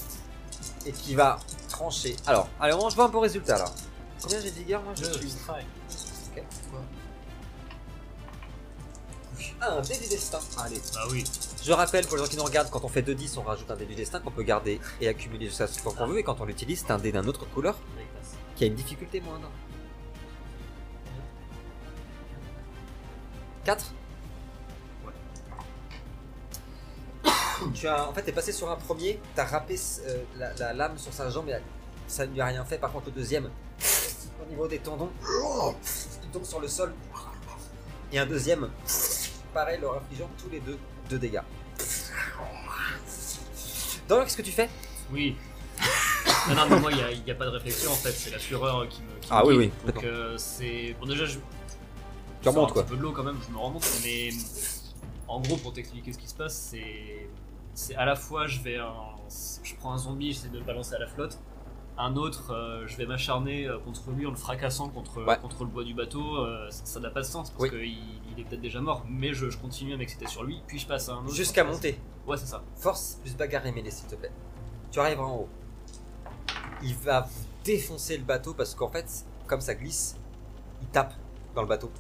Speaker 1: et qui va trancher. Alors, allez, on voit un peu le résultat là. Combien j'ai de vigueur moi je suis... Ok.
Speaker 5: Quoi
Speaker 1: un dé du destin. Allez.
Speaker 4: Bah oui.
Speaker 1: Je rappelle pour les gens qui nous regardent, quand on fait 2-10, on rajoute un dé du destin qu'on peut garder et accumuler jusqu'à ce qu'on veut. Et quand on l'utilise, c'est un dé d'un autre couleur qui a une difficulté moindre. 4 Tu as, en fait, t'es passé sur un premier, t'as râpé euh, la, la lame sur sa jambe et elle- ça ne lui a rien fait. Par contre, le deuxième, au niveau des tendons, il tombe sur le sol. Et un deuxième, pareil, leur infligeant tous les deux deux dégâts. Donc, qu'est-ce que tu fais
Speaker 4: Oui. non, non, mais moi, il n'y a, pas de réflexion en fait, c'est la fureur qui me. Qui
Speaker 1: Ah
Speaker 4: me
Speaker 1: oui,
Speaker 4: guide.
Speaker 1: oui,
Speaker 4: Donc,
Speaker 1: d'accord.
Speaker 4: euh, c'est. Bon, déjà, je.
Speaker 1: Tu remontes,
Speaker 4: sors
Speaker 1: quoi.
Speaker 4: Un petit peu de l'eau quand même, je me remonte, mais. En gros, pour t'expliquer ce qui se passe, c'est. C'est à la fois, je vais. un- Je prends un zombie, j'essaie de le balancer à la flotte. Un autre, euh, je vais m'acharner euh, contre lui en le fracassant contre,
Speaker 1: Ouais.
Speaker 4: contre le bois du bateau. euh, ça ça n'a pas de sens parce
Speaker 1: Oui.
Speaker 4: qu'il il est peut-être déjà mort, mais je, je continue à m'exciter sur lui, puis je passe à un autre.
Speaker 1: Jusqu'à monter.
Speaker 4: Ouais, c'est ça.
Speaker 1: Force plus bagarre et mêlée, s'il te plaît. Tu arriveras en haut. Il va vous défoncer le bateau parce qu'en fait, comme ça glisse, il tape dans le bateau.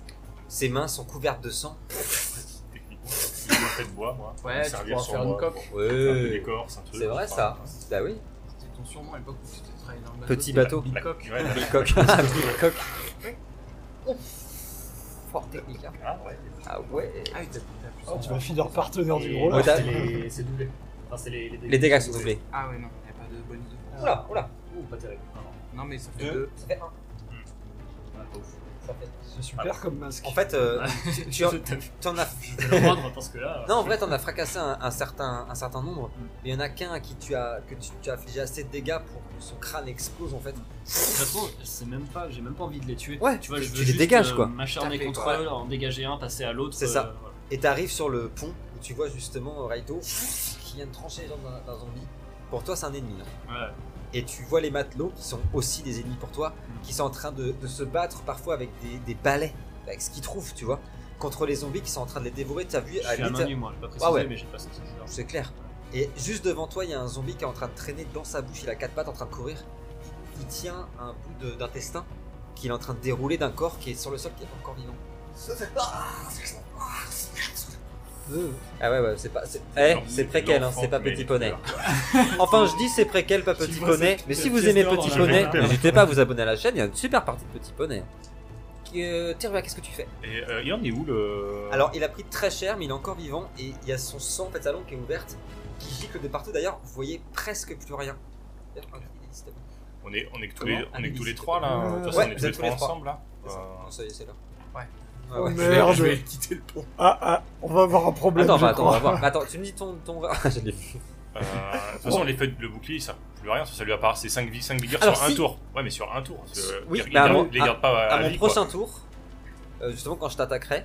Speaker 1: Ses mains sont couvertes de sang.
Speaker 6: Techniquement, je suis bien fait de bois, moi.
Speaker 5: Ouais, tu pourras faire une coque.
Speaker 6: Un peu d'écorce, un truc.
Speaker 1: Euh, C'est vrai,
Speaker 6: enfin, hein.
Speaker 1: ça. Bah oui.
Speaker 5: C'était ton surnom à l'époque où tu t'es travaillé dans le
Speaker 1: Petit
Speaker 5: c'était
Speaker 1: bateau.
Speaker 5: pas
Speaker 6: La
Speaker 5: Big
Speaker 6: coque.
Speaker 5: coque.
Speaker 6: Ouais, la-
Speaker 1: Big cock. Big cock. Fort technique. hein.
Speaker 6: Ah ouais.
Speaker 1: Ah ouais.
Speaker 5: Ah oui, t'as t'as plus.
Speaker 2: Ah, tu vas finir partenaire du
Speaker 4: Et-
Speaker 2: gros là.
Speaker 1: Ouais, t'as-
Speaker 4: c'est les- c'est doublé. Enfin, c'est les,
Speaker 1: Les dégâts sont doublés.
Speaker 5: Ah ouais, non, y a pas de bonus de.
Speaker 1: Oula, oula.
Speaker 4: Ouh, Oh, pas terrible. Non, non.
Speaker 5: Non, mais ça fait
Speaker 6: Deux.
Speaker 5: deux.
Speaker 1: Ça fait un.
Speaker 4: Ouais, pas ouf.
Speaker 1: Ça fait-
Speaker 2: C'est super comme masque.
Speaker 1: En fait, euh, tu, tu en- t'en as
Speaker 4: Je vais le rendre parce que là.
Speaker 1: Non, en vrai, t'en as fracassé un, un certain, un certain nombre. Il y en a qu'un à qui tu as, que tu, tu as infligé assez de dégâts pour que son crâne explose en fait.
Speaker 4: Ça se trouve, c'est même pas, j'ai même pas envie de les tuer.
Speaker 1: Ouais,
Speaker 4: tu vois,
Speaker 1: tu-
Speaker 4: je veux
Speaker 1: tu les
Speaker 4: juste,
Speaker 1: dégages,
Speaker 4: euh,
Speaker 1: quoi.
Speaker 4: M'acharner
Speaker 5: Taper,
Speaker 4: contre
Speaker 5: quoi.
Speaker 4: eux, en dégager un, passer à l'autre.
Speaker 1: C'est ça.
Speaker 4: euh, voilà.
Speaker 1: Et t'arrives sur le pont où tu vois justement euh, Raito qui vient de trancher les jambes d'un d'un zombie. Pour toi, c'est un ennemi. hein.
Speaker 4: Ouais.
Speaker 1: Et tu vois les matelots qui sont aussi des ennemis pour toi, qui sont en train de, de se battre parfois avec des, des balais, avec ce qu'ils trouvent, tu vois, contre les zombies qui sont en train de les dévorer. T'as vu
Speaker 4: Je suis à
Speaker 1: littér-
Speaker 4: main nue, moi, j'ai pas précisé,
Speaker 1: Ah ouais.
Speaker 4: mais j'ai pas senti ça.
Speaker 1: C'est clair. Et juste devant toi, il y a un zombie qui est en train de traîner dans sa bouche. Il a quatre pattes en train de courir. Il, il tient un bout de- d'intestin qu'il est en train de dérouler d'un corps qui est sur le sol qui est encore vivant.
Speaker 2: Euh,
Speaker 1: Ah ouais, ouais, c'est pas. c'est- Eh,
Speaker 6: L'enfant-
Speaker 1: c'est préquel, hein,
Speaker 6: l'enfant
Speaker 1: c'est pas
Speaker 6: mêlé
Speaker 1: petit
Speaker 6: de
Speaker 1: poney.
Speaker 6: fleurs.
Speaker 1: Enfin, je dis c'est préquel, pas petit
Speaker 4: vois cette
Speaker 1: poney. Mais
Speaker 4: petite
Speaker 1: si vous
Speaker 4: pièce
Speaker 1: aimez
Speaker 4: d'or
Speaker 1: petit
Speaker 4: dans la
Speaker 1: poney,
Speaker 4: main.
Speaker 1: n'hésitez pas à vous abonner à la chaîne. Il y a une super partie de petit poney. Euh, Tirva, qu'est-ce que tu fais
Speaker 6: Et euh, il en est où le.
Speaker 1: Alors, il a pris très cher, mais il est encore vivant et il y a son sang, en fait, sa langue qui est ouverte, qui gicle de partout. D'ailleurs, vous voyez presque plus rien.
Speaker 6: On est, on est que tous,
Speaker 1: Comment euh,
Speaker 6: les, on est que tous les
Speaker 1: Analyse.
Speaker 6: trois là. De toute façon,
Speaker 1: Ouais,
Speaker 6: on est
Speaker 1: vous
Speaker 6: tous les
Speaker 1: êtes
Speaker 6: trois ensemble là.
Speaker 1: C'est ça.
Speaker 6: Euh,
Speaker 1: Non, Ah, ça y est, c'est là.
Speaker 5: Ouais.
Speaker 1: Ouais, ouais.
Speaker 2: Oh, merde.
Speaker 5: Je vais quitter le pont.
Speaker 2: Ah ah, on va avoir un problème.
Speaker 1: Attends,
Speaker 2: je
Speaker 1: bah, attends, on va
Speaker 2: crois.
Speaker 1: voir. Attends, tu me dis ton. ton... je l'ai vu.
Speaker 6: euh, De toute façon, les feuilles, le bouclier, ça plus à rien. parce que Ça lui apparaît. C'est 5 vies, 5 vigueurs
Speaker 1: Oh. Alors,
Speaker 6: sur un
Speaker 1: si-
Speaker 6: tour. Ouais, mais sur un tour. parce que
Speaker 1: Oui,
Speaker 6: il- il
Speaker 1: mais à
Speaker 6: garde-
Speaker 1: mon-
Speaker 6: il les garde pas à,
Speaker 1: à mon
Speaker 6: vie, quoi.
Speaker 1: prochain tour, euh, justement, quand je t'attaquerai.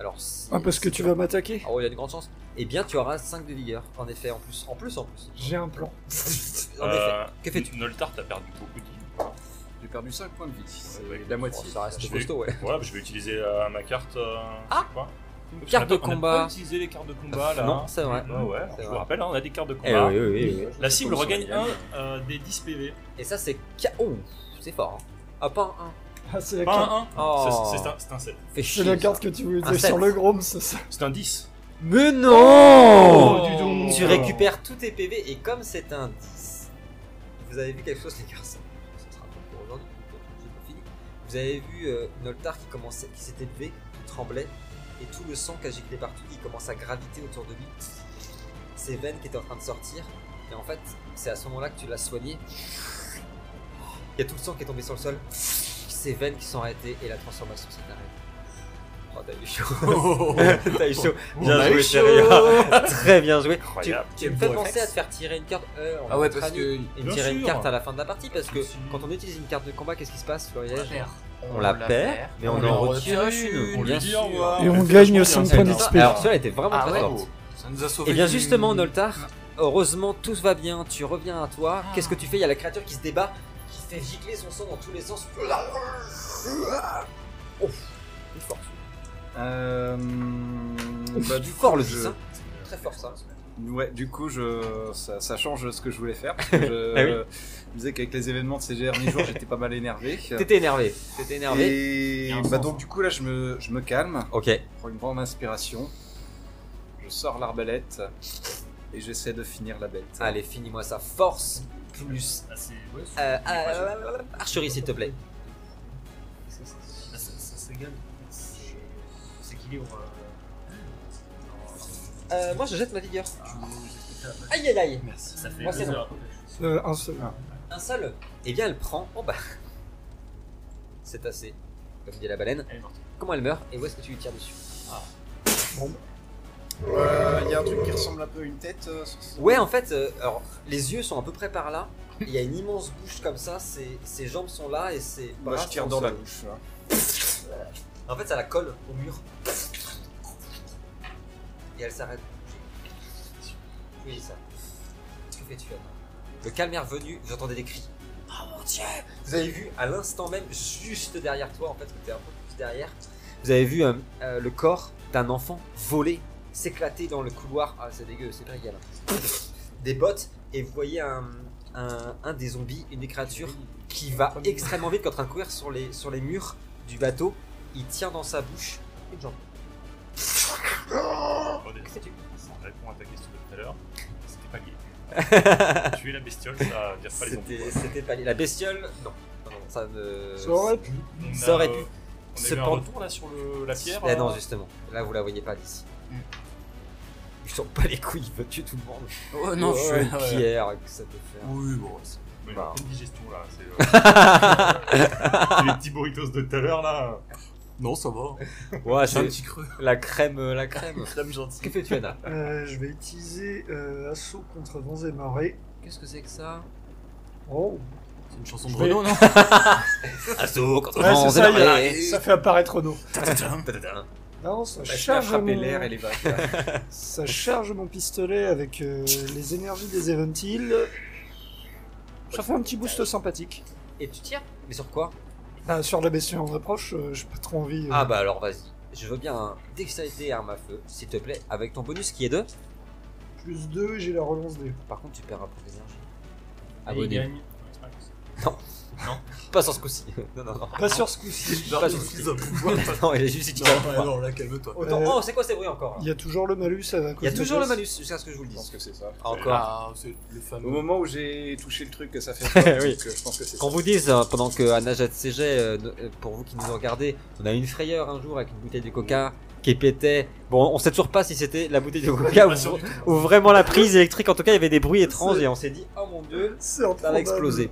Speaker 1: Alors, si-
Speaker 2: Ah, parce que tu vas m'attaquer
Speaker 1: Oh, il y a une grande chance. Eh bien, tu auras 5 de vigueur, en effet, en plus. En plus, en plus.
Speaker 2: J'ai un plan.
Speaker 1: en effet.
Speaker 6: Euh,
Speaker 1: Que fais-tu
Speaker 6: Noltar, t'as perdu beaucoup de vie.
Speaker 5: J'ai perdu 5 points de vie. C'est
Speaker 6: Ouais, bah,
Speaker 5: la
Speaker 1: Bon,
Speaker 5: moitié.
Speaker 1: ça reste
Speaker 6: Je vais-
Speaker 1: costaud, ouais.
Speaker 6: Voilà, je vais utiliser euh, ma carte. euh,
Speaker 1: Ah
Speaker 6: c'est quoi
Speaker 1: Une
Speaker 6: Parce
Speaker 1: carte de
Speaker 6: qu'on a pas- On a pas
Speaker 1: combat.
Speaker 6: utilisé les cartes de combat là.
Speaker 1: Non, c'est vrai.
Speaker 6: Ah ouais,
Speaker 1: C'est
Speaker 6: je vous
Speaker 1: vrai.
Speaker 6: rappelle, hein, on a des cartes de
Speaker 1: Eh
Speaker 6: combat.
Speaker 1: oui, oui, oui, oui.
Speaker 6: La cible
Speaker 5: Comme sur
Speaker 6: regagne
Speaker 5: la gamme.
Speaker 6: 1 des 10 PV.
Speaker 1: Et ça, c'est. ca- Oh, c'est fort. hein. Ah, pas un 1.
Speaker 2: Ah, c'est la,
Speaker 6: Pas
Speaker 2: carte-
Speaker 6: un 1,
Speaker 1: Oh.
Speaker 6: c'est un- c'est un 7.
Speaker 1: Fais
Speaker 2: c'est
Speaker 1: chier.
Speaker 2: la
Speaker 1: ça.
Speaker 2: carte que tu voulais
Speaker 1: Un
Speaker 2: dire sur
Speaker 1: sept.
Speaker 2: le Grom, c'est ça.
Speaker 6: C'est un Oh, 10.
Speaker 1: Mais non
Speaker 6: dis donc.
Speaker 1: Tu récupères tous tes PV et comme c'est un 10, vous avez vu quelque chose les garçons Ça sera tout pour aujourd'hui, pour tout, c'est pas fini. Vous avez vu euh, Noltar qui commençait, qui s'était levé, qui tremblait, et tout le sang qui a giclé partout, qui commence à graviter autour de lui. Ses veines qui étaient en train de sortir, et en fait, c'est à ce moment-là que tu l'as soigné. Il y a tout le sang qui est tombé sur le sol, ses veines qui sont arrêtées, et la transformation s'est arrêtée. Oh, t'as eu chaud! t'as eu chaud!
Speaker 3: Mmh.
Speaker 1: Bien
Speaker 3: Bah,
Speaker 1: joué, Bah Thierry. Très bien joué. Tu,
Speaker 6: Incroyable.
Speaker 1: tu me fais penser à te faire tirer une carte. euh, on
Speaker 5: Ah ouais,
Speaker 1: va être
Speaker 5: parce
Speaker 1: amis
Speaker 5: que.
Speaker 1: Et me
Speaker 6: Bien
Speaker 1: tirer une
Speaker 6: sûr.
Speaker 1: carte à la fin de la partie parce que
Speaker 6: Si.
Speaker 1: quand on utilise une carte de combat, qu'est-ce qui se passe, Florian On
Speaker 5: la
Speaker 1: la perd, mais on
Speaker 5: On
Speaker 1: en
Speaker 5: en
Speaker 1: retire
Speaker 5: retire une,
Speaker 1: une.
Speaker 6: On lui
Speaker 1: bien
Speaker 6: dit
Speaker 1: sûr.
Speaker 6: au revoir.
Speaker 2: Et on
Speaker 6: Elle fait
Speaker 2: gagne
Speaker 6: la
Speaker 2: 5
Speaker 6: chantier,
Speaker 2: points
Speaker 6: hein.
Speaker 2: d'XP.
Speaker 1: Alors, celle était vraiment
Speaker 5: Ah
Speaker 1: très
Speaker 5: ouais
Speaker 1: forte.
Speaker 5: Ça nous a sauvé.
Speaker 1: Et Eh bien,
Speaker 5: du-
Speaker 1: justement, Noltar, heureusement, tout va bien. Tu reviens à toi. Qu'est-ce que tu fais Il y a la créature qui se débat, qui fait gicler son sang dans tous les sens. Oh, il est fort.
Speaker 3: Euh, bah, du
Speaker 1: Fort
Speaker 3: Bah, coup,
Speaker 1: le
Speaker 3: je-
Speaker 1: 10, hein. Très fort ça.
Speaker 3: Ouais, du coup, je, ça, ça change ce que je voulais faire. Parce que je,
Speaker 1: Ah oui.
Speaker 3: je me disais qu'avec les événements de ces derniers jours, j'étais pas mal énervé.
Speaker 1: T'étais énervé. T'étais énervé.
Speaker 3: Et
Speaker 4: Il y a un
Speaker 3: bah,
Speaker 4: sens,
Speaker 3: donc,
Speaker 4: hein.
Speaker 3: du coup, là, je me, je me calme,
Speaker 1: Ok.
Speaker 3: je prends une grande inspiration. Je sors l'arbalète et j'essaie de finir la bête.
Speaker 1: Allez, finis-moi ça. Force plus.
Speaker 4: Ah, c'est. Ouais, c'est-
Speaker 1: Euh, euh, archerie, s'il te plaît.
Speaker 4: ah, ça, ça s'égale. C'est- S'équilibre. euh, dans-
Speaker 1: Euh, moi, je jette ma vigueur.
Speaker 4: Ah, je- je-
Speaker 1: Aïe aïe aïe.
Speaker 4: Merci. Ça fait
Speaker 1: Moi, c'est
Speaker 4: deux
Speaker 1: bon.
Speaker 4: heures.
Speaker 2: Euh, un seul.
Speaker 1: Un seul Eh bien, elle prend. Oh bah. C'est assez. Comme dit la baleine.
Speaker 4: Elle est morte.
Speaker 1: Comment elle meurt et où est-ce que tu lui tires dessus
Speaker 4: Ah.
Speaker 3: Euh, Il y a un truc qui ressemble un peu à une tête.
Speaker 1: Ouais, en fait, euh, alors, les yeux sont à peu près par là. Il y a une immense bouche comme ça. Ses, ses jambes sont là et ses.
Speaker 3: Bah,
Speaker 1: bras
Speaker 3: je tire
Speaker 1: sont
Speaker 3: dans
Speaker 1: au
Speaker 3: la
Speaker 1: sol.
Speaker 3: bouche.
Speaker 1: En fait, ça la colle au mur. Et elle s'arrête. Oui, ça. Que fais-tu, Anna Le calme est revenu, vous entendez des cris. Oh mon dieu Vous avez vu à l'instant même, juste derrière toi, en fait, que t'es un peu plus derrière, vous avez vu euh, euh, le corps d'un enfant voler, s'éclater dans le couloir. Ah, c'est dégueu, c'est pas égal. Des bottes, et vous voyez un, un, un des zombies, une des créatures, qui va extrêmement vite, qui est en train de courir sur les, sur les murs du bateau. Il tient dans sa bouche une jambe. Oh.
Speaker 6: Oh, Ça répond à ta question de tout à l'heure. C'était pas gay. Tuer la bestiole, ça vire pas les zombies.
Speaker 1: C'était c'était pas La bestiole, non. Non, non, ça ne.
Speaker 2: Ça aurait pu.
Speaker 6: On a,
Speaker 1: ça aurait pu.
Speaker 6: euh, On a eu un
Speaker 1: Cependant-
Speaker 6: retour là sur le- la pierre.
Speaker 1: Eh non,
Speaker 6: euh,
Speaker 1: justement. Là, vous la voyez pas d'ici.
Speaker 5: Mm.
Speaker 1: Ils sont pas les couilles, ils veulent tuer tout le monde.
Speaker 5: Oh non,
Speaker 1: Oh, une
Speaker 5: je suis. ouais.
Speaker 1: pierre, que ça peut faire.
Speaker 5: Oui, bon. c'est-
Speaker 6: mais
Speaker 1: bah.
Speaker 6: une digestion là. C'est euh, c'est les petits burritos de tout à l'heure là.
Speaker 5: Non, ça va.
Speaker 1: Ouais,
Speaker 5: J'ai un
Speaker 1: c'est
Speaker 5: petit creux.
Speaker 1: la crème, euh, la crème.
Speaker 5: L'homme gentil.
Speaker 1: que fais-tu, Anna
Speaker 2: Euh, je vais utiliser euh, assaut contre vents et marées.
Speaker 1: Qu'est-ce que c'est que ça
Speaker 2: Oh.
Speaker 5: C'est une chanson de
Speaker 2: Je vais-
Speaker 5: Renaud, non
Speaker 1: Assaut contre
Speaker 2: Ouais,
Speaker 1: vents
Speaker 2: c'est
Speaker 1: et
Speaker 2: ça, il y a-
Speaker 1: marées.
Speaker 2: ça fait apparaître Renaud.
Speaker 1: Tadadam.
Speaker 2: Non,
Speaker 1: Bah,
Speaker 2: ça
Speaker 3: Je cherche
Speaker 2: charge,
Speaker 3: à
Speaker 2: mon...
Speaker 3: l'air et les vagues.
Speaker 2: ça charge mon pistolet avec euh, les énergies des Event Hill. Ça fait un petit boost sympathique.
Speaker 1: Et tu tires Mais sur quoi
Speaker 2: Bah, sur la bestiole en reproche, euh, j'ai pas trop envie. euh.
Speaker 1: Ah bah alors vas-y. Je veux bien un dextérité et arme à feu, s'il te plaît, avec ton bonus qui est 2.
Speaker 2: Plus 2, j'ai la relance des.
Speaker 1: Par contre, tu perds un point d'énergie.
Speaker 4: Et il
Speaker 1: Abonné.
Speaker 4: gagne. Ouais, c'est pas grave.
Speaker 1: Pas sur ce coup-ci. Non, non, non.
Speaker 2: Pas sur ce coup-ci.
Speaker 1: Pas sur ce coup-ci. Non, il a juste dit qu'il en
Speaker 5: Non, non, là, calme-toi.
Speaker 1: Autant-
Speaker 2: Euh,
Speaker 1: Oh, c'est quoi ces bruits encore
Speaker 2: Il y a toujours le malus à
Speaker 1: Il y a toujours le
Speaker 2: malus.
Speaker 1: malus, jusqu'à ce que je vous le
Speaker 3: Je pense
Speaker 1: dise.
Speaker 3: que c'est ça.
Speaker 1: Encore. Oh
Speaker 5: Ah, c'est le
Speaker 3: Au
Speaker 5: fameux.
Speaker 3: moment où j'ai touché le truc, que ça fait peur,
Speaker 1: Oui.
Speaker 3: donc, euh, je pense que c'est ça.
Speaker 1: Qu'on vous dise, hein, pendant que Anna jette ses jets, euh, no- euh, pour vous qui nous regardez, on a eu une frayeur un jour avec une bouteille de coca qui pétait. Bon, on sait toujours pas si c'était la bouteille de coca ou,
Speaker 6: Pas sûr du tout.
Speaker 1: ou vraiment la prise électrique. En tout cas, il y avait des bruits étranges
Speaker 2: C'est-
Speaker 1: et on s'est dit, oh mon dieu,
Speaker 2: C'est
Speaker 1: ça va exploser.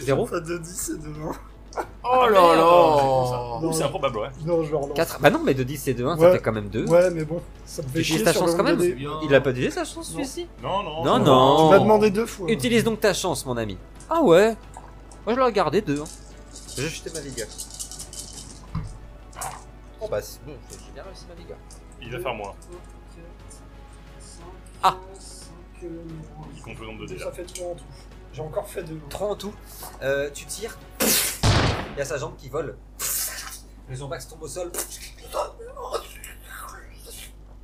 Speaker 1: Zéro
Speaker 2: Pas de 10 et de 20.
Speaker 5: Oh là
Speaker 6: Ah, Merde,
Speaker 5: là
Speaker 6: c'est cool, ça. Ouh, C'est improbable, ouais.
Speaker 2: Non, je le relance.
Speaker 1: 4 Bah non, mais de 10 et de 1, ça
Speaker 2: Ouais.
Speaker 1: fait quand même 2.
Speaker 2: Ouais, mais bon, ça me
Speaker 1: Tu
Speaker 2: fait chier
Speaker 1: utilises ta
Speaker 2: sur
Speaker 1: chance
Speaker 2: le
Speaker 1: quand
Speaker 2: nombre
Speaker 1: même.
Speaker 2: de dés.
Speaker 1: Il a pas utilisé sa chance,
Speaker 2: Non.
Speaker 1: celui-ci
Speaker 6: Non, non.
Speaker 1: Non,
Speaker 6: c'est-
Speaker 1: non.
Speaker 2: Tu m'as demandé deux fois.
Speaker 1: Utilise donc ta chance, mon ami. Ah ouais Moi, je l'ai regardé, hein. 2. Je jetais ma vigueur. Oh bah, c'est bon, j'ai bien réussi ma vigueur.
Speaker 6: Il va faire moins.
Speaker 1: Ah.
Speaker 6: Il compte le nombre de dés là.
Speaker 2: Ça fait 3 en tout. J'ai encore fait 2.
Speaker 1: 3 en tout. Euh, tu tires. Il y a sa jambe qui vole. Le Zombax tombe au sol.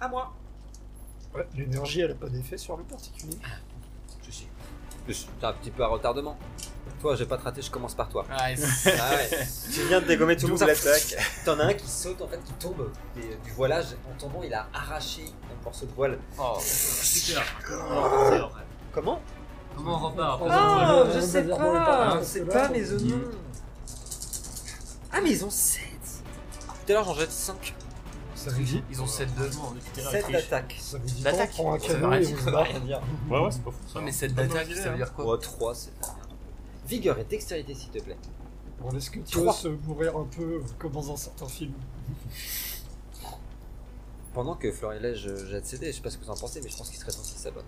Speaker 1: À moi.
Speaker 2: Ouais, l'énergie, elle a pas d'effet sur le particulier.
Speaker 1: Je sais. T'as un petit peu à retardement. Toi, je vais pas te rater, je commence par toi.
Speaker 5: Ouais, c'est-
Speaker 1: Ah ouais. tu viens de dégommer tout le monde.
Speaker 3: Double attaque.
Speaker 1: T'en as un qui saute, en fait, qui tombe des- du voilage. En tombant, il a arraché un morceau de voile.
Speaker 5: Oh.
Speaker 4: Super. Comment on repart
Speaker 1: Comment
Speaker 4: Comment on repart après
Speaker 1: Ah,
Speaker 2: Ah,
Speaker 1: je sais
Speaker 2: bah,
Speaker 1: pas.
Speaker 2: bah,
Speaker 1: Je sais
Speaker 2: bah,
Speaker 1: pas,
Speaker 2: bah,
Speaker 1: mais ils en ont. Ah, mais ils ont 7. Tout à l'heure, j'en jette 5.
Speaker 2: Ça veut dire.
Speaker 5: Ils ont 7 de.
Speaker 4: On est tout à l'heure,
Speaker 1: 7
Speaker 4: il triche.
Speaker 1: d'attaque.
Speaker 2: Ça veut dire.
Speaker 5: L'attaque.
Speaker 2: On prend un
Speaker 5: Ça
Speaker 2: canon
Speaker 5: veut
Speaker 2: et
Speaker 5: rien
Speaker 2: on se barre.
Speaker 1: dire.
Speaker 6: Ouais, ouais, c'est pas fou ça.
Speaker 5: Ah Non, hein. mais 7 d'attaque, ça veut dire quoi
Speaker 1: 3, Oh, c'est pas bien. Vigueur et dextérité, s'il te plaît.
Speaker 2: On laisse que tu
Speaker 1: Trois.
Speaker 2: se mourir un peu euh, comme dans un certain film.
Speaker 1: Pendant que Florilège euh, jette ses dés, je sais pas ce que vous en pensez, mais je pense qu'il serait temps qu'il s'abonne.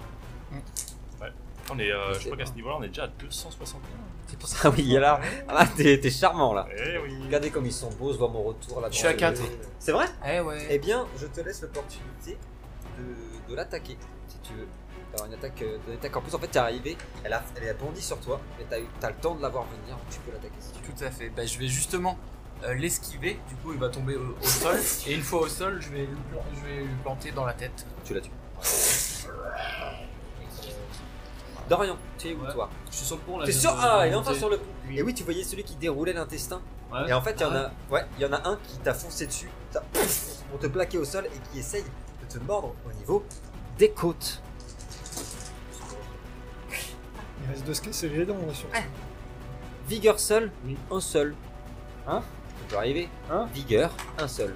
Speaker 6: On est, euh,
Speaker 1: Je sais
Speaker 6: je crois qu'à
Speaker 1: pas.
Speaker 6: ce niveau-là, on est déjà à 261.
Speaker 1: C'est pour ça, oui, il est là. Ah, bah, t'es t'es charmant là.
Speaker 6: Eh oui.
Speaker 1: Regardez comme ils sont beaux, je vois mon retour là-dedans.
Speaker 5: Je suis à 4.
Speaker 1: C'est vrai
Speaker 5: Eh
Speaker 1: Eh
Speaker 5: ouais.
Speaker 1: bien, je te laisse l'opportunité de, de l'attaquer, si tu veux. D'avoir une attaque, euh, une attaque en plus. En fait, t'es arrivé, elle a, elle a bondi sur toi, mais t'as eu- t'as le temps de la voir venir, donc tu peux l'attaquer si tu veux.
Speaker 5: Tout à fait. Bah, je vais justement euh, l'esquiver. Du coup, il va tomber au, au sol. Et une fois au sol, je vais, le plan- je vais lui planter dans la tête.
Speaker 1: Tu la tues. Dorian, tu es où
Speaker 4: Ouais.
Speaker 1: toi
Speaker 4: Je suis sur le pont là.
Speaker 1: T'es
Speaker 4: je
Speaker 1: sur
Speaker 4: viens de-
Speaker 1: Ah,
Speaker 4: de
Speaker 1: il est enfin
Speaker 4: monter.
Speaker 1: sur le pont. Et oui, tu voyais celui qui déroulait l'intestin.
Speaker 4: Ouais.
Speaker 1: Et en fait, il y en
Speaker 4: Ah,
Speaker 1: a, ouais, il y en a un qui t'a foncé dessus, t'as- pour te plaquer au sol et qui essaye de te mordre au niveau des côtes.
Speaker 2: Il reste de se casser les dents, là, surtout.
Speaker 1: Vigueur seul,
Speaker 4: Oui.
Speaker 1: un seul. Hein Ça peut arriver.
Speaker 2: Hein
Speaker 1: Vigueur, un seul.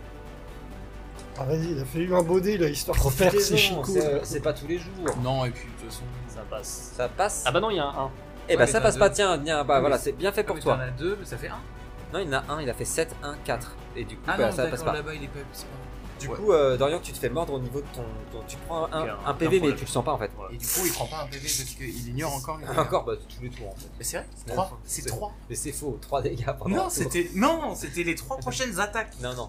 Speaker 2: Ah, vas-y, il a fait eu un baudet, là, histoire de faire ses
Speaker 1: Profitez-en,
Speaker 2: chicots.
Speaker 1: c'est euh, c'est pas tous les jours.
Speaker 5: Non, et puis de toute façon.
Speaker 4: Ça passe.
Speaker 1: Ça passe
Speaker 4: Ah bah non, il y a un 1.
Speaker 1: Eh bah
Speaker 5: ouais,
Speaker 1: ça
Speaker 5: mais
Speaker 1: passe
Speaker 5: t'as
Speaker 1: pas,
Speaker 5: deux.
Speaker 1: tiens, viens, bah
Speaker 5: Oui,
Speaker 1: voilà,
Speaker 5: mais-
Speaker 1: c'est bien fait
Speaker 5: Ah,
Speaker 1: pour
Speaker 5: mais
Speaker 1: toi.
Speaker 5: t'en as deux, mais ça fait un.
Speaker 1: Non, il y en a un, il a fait 7, 1, 4. Et du coup,
Speaker 5: Ah
Speaker 1: bah,
Speaker 5: non,
Speaker 1: ça passe
Speaker 5: d'accord,
Speaker 1: pas.
Speaker 5: là-bas il est pas. c'est pas-
Speaker 1: Du
Speaker 5: Ouais.
Speaker 1: coup, euh, Dorian, tu te fais mordre au niveau de ton. ton- tu prends un,
Speaker 4: Ok, un-
Speaker 1: un
Speaker 4: un
Speaker 1: PV, mais
Speaker 4: problème.
Speaker 1: tu le sens pas en fait.
Speaker 5: Et du coup, il prend pas un PV parce qu'il ignore encore les.
Speaker 1: Encore, bah tous les tours en fait.
Speaker 5: Mais c'est vrai
Speaker 1: Ouais.
Speaker 5: 3 C'est
Speaker 1: C'est-
Speaker 5: 3
Speaker 1: Mais c'est faux, 3 dégâts pendant un
Speaker 5: Non,
Speaker 1: tour.
Speaker 5: c'était non, c'était les trois prochaines attaques,
Speaker 1: Non, non,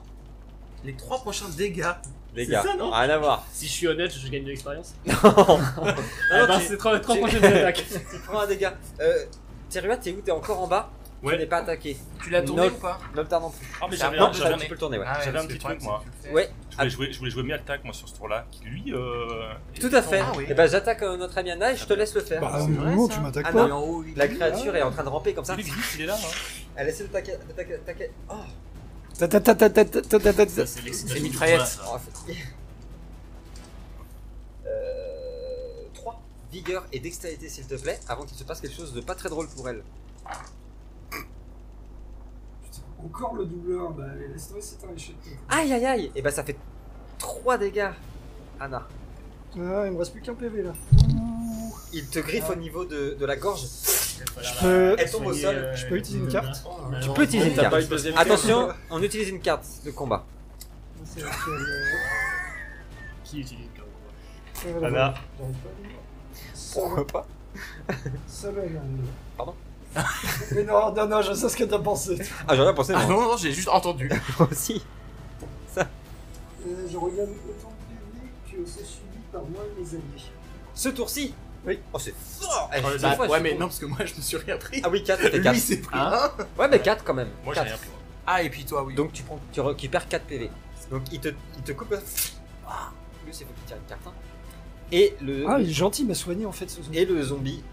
Speaker 5: les trois prochains dégâts.
Speaker 1: dégâts.
Speaker 4: ça, non
Speaker 1: Rien à voir.
Speaker 4: Si je suis honnête, je gagne de l'expérience.
Speaker 1: non,
Speaker 4: Ah bah
Speaker 1: tu-
Speaker 4: c'est 3
Speaker 1: tu-
Speaker 4: prochaines attaques.
Speaker 1: tu prends un dégât. Euh, Terua, t'es où T'es encore en bas Tu n'es pas attaqué.
Speaker 5: Tu l'as tourné
Speaker 1: Non.
Speaker 5: ou pas
Speaker 1: Noltar non plus.
Speaker 6: Ah, mais
Speaker 5: Ça
Speaker 6: j'avais
Speaker 5: va,
Speaker 6: un,
Speaker 1: Non,
Speaker 5: je
Speaker 6: j'avais un
Speaker 5: l'ai
Speaker 1: tu
Speaker 6: petit
Speaker 1: peux le tourner, ouais.
Speaker 6: J'avais un
Speaker 5: Ah parce que
Speaker 6: petit
Speaker 5: le
Speaker 6: truc,
Speaker 5: problème,
Speaker 6: moi.
Speaker 5: c'est que tu le fais.
Speaker 1: Ouais,
Speaker 6: Je voulais jouer, je voulais jouer Mealtac, moi, sur ce tour-là, qui lui. euh,
Speaker 1: tout à fait.
Speaker 5: Ah oui.
Speaker 1: Et bah j'attaque euh, notre ami Anna et je te laisse le faire.
Speaker 2: Bah,
Speaker 5: C'est
Speaker 2: au
Speaker 5: vrai,
Speaker 2: moment où
Speaker 5: ça
Speaker 2: tu m'attaques
Speaker 1: Ah
Speaker 5: Non,
Speaker 2: pas.
Speaker 5: mais en haut, il
Speaker 1: La
Speaker 5: est-
Speaker 1: créature est en train de ramper comme ça.
Speaker 6: Il existe, il est là. hein.
Speaker 1: Elle essaie de t'attaquer. de t'attaquer- de t'attaquer- Oh,
Speaker 2: Ta- ta- ta- ta- ta- ta- ta- ta- ta- ta-
Speaker 4: C'est
Speaker 5: C'est
Speaker 4: l'excitation.
Speaker 5: mitraillette.
Speaker 1: oh, fatigué. Euh, 3. Vigueur et dextérité, s'il te plaît, avant qu'il se passe quelque chose de pas très drôle pour elle.
Speaker 2: Encore le doubleur, bah laisse tomber, c'est un échec.
Speaker 1: Aïe aïe aïe Et bah ça fait 3 dégâts, Anna.
Speaker 2: Ah, il me reste plus qu'un PV là.
Speaker 1: Il te griffe au niveau de, de la gorge.
Speaker 2: Je peux,
Speaker 1: Elle tombe au sol.
Speaker 2: je peux utiliser une carte
Speaker 1: Tu peux utiliser une
Speaker 2: T'as
Speaker 1: carte.
Speaker 2: eu de deuxième
Speaker 1: Attention, on utilise une carte de combat.
Speaker 2: C'est avec, euh,
Speaker 4: Qui utilise une carte
Speaker 2: le-
Speaker 6: Ah, là.
Speaker 2: J'arrive pas à lire.
Speaker 1: Pourquoi pas
Speaker 2: Ça va, j'arrive.
Speaker 1: Pardon
Speaker 2: Mais non, non, non, je sais ce que t'as pensé.
Speaker 1: Ah, j'aurais pensé,
Speaker 5: Ah non, non, j'ai juste entendu.
Speaker 1: moi aussi.
Speaker 2: Euh, je regarde autant de PV que c'est suivi par moi et mes alliés.
Speaker 1: Ce tour-ci
Speaker 2: Oui.
Speaker 1: Oh, c'est fort Eh,
Speaker 5: Bah,
Speaker 1: c'est fou,
Speaker 5: ouais,
Speaker 1: c'est
Speaker 5: mais
Speaker 1: fou.
Speaker 5: non, parce que moi je me suis rien pris.
Speaker 1: Ah oui, 4, ça fait
Speaker 5: Lui,
Speaker 1: 4.
Speaker 5: il s'est pris
Speaker 4: Hein
Speaker 5: un.
Speaker 1: Ouais, mais 4 quand même.
Speaker 6: Moi, j'ai
Speaker 1: Quatre.
Speaker 6: rien pris. moi.
Speaker 5: Ah, et puis toi, oui.
Speaker 1: Donc tu, prends, tu récupères 4 PV. Donc il te, il te coupe. Ah, Lui, c'est faut qu'il tire une carte. hein. Et le,
Speaker 2: Ah, il est gentil, il m'a soigné en fait ce zombie.
Speaker 1: et le zombie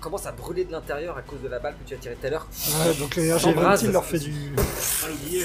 Speaker 1: commence à brûler de l'intérieur à cause de la balle que tu as tirée tout à l'heure.
Speaker 2: Ouais, donc les
Speaker 1: Sans brase.
Speaker 2: RG20 leur fait du.
Speaker 4: Ah, l'oublier.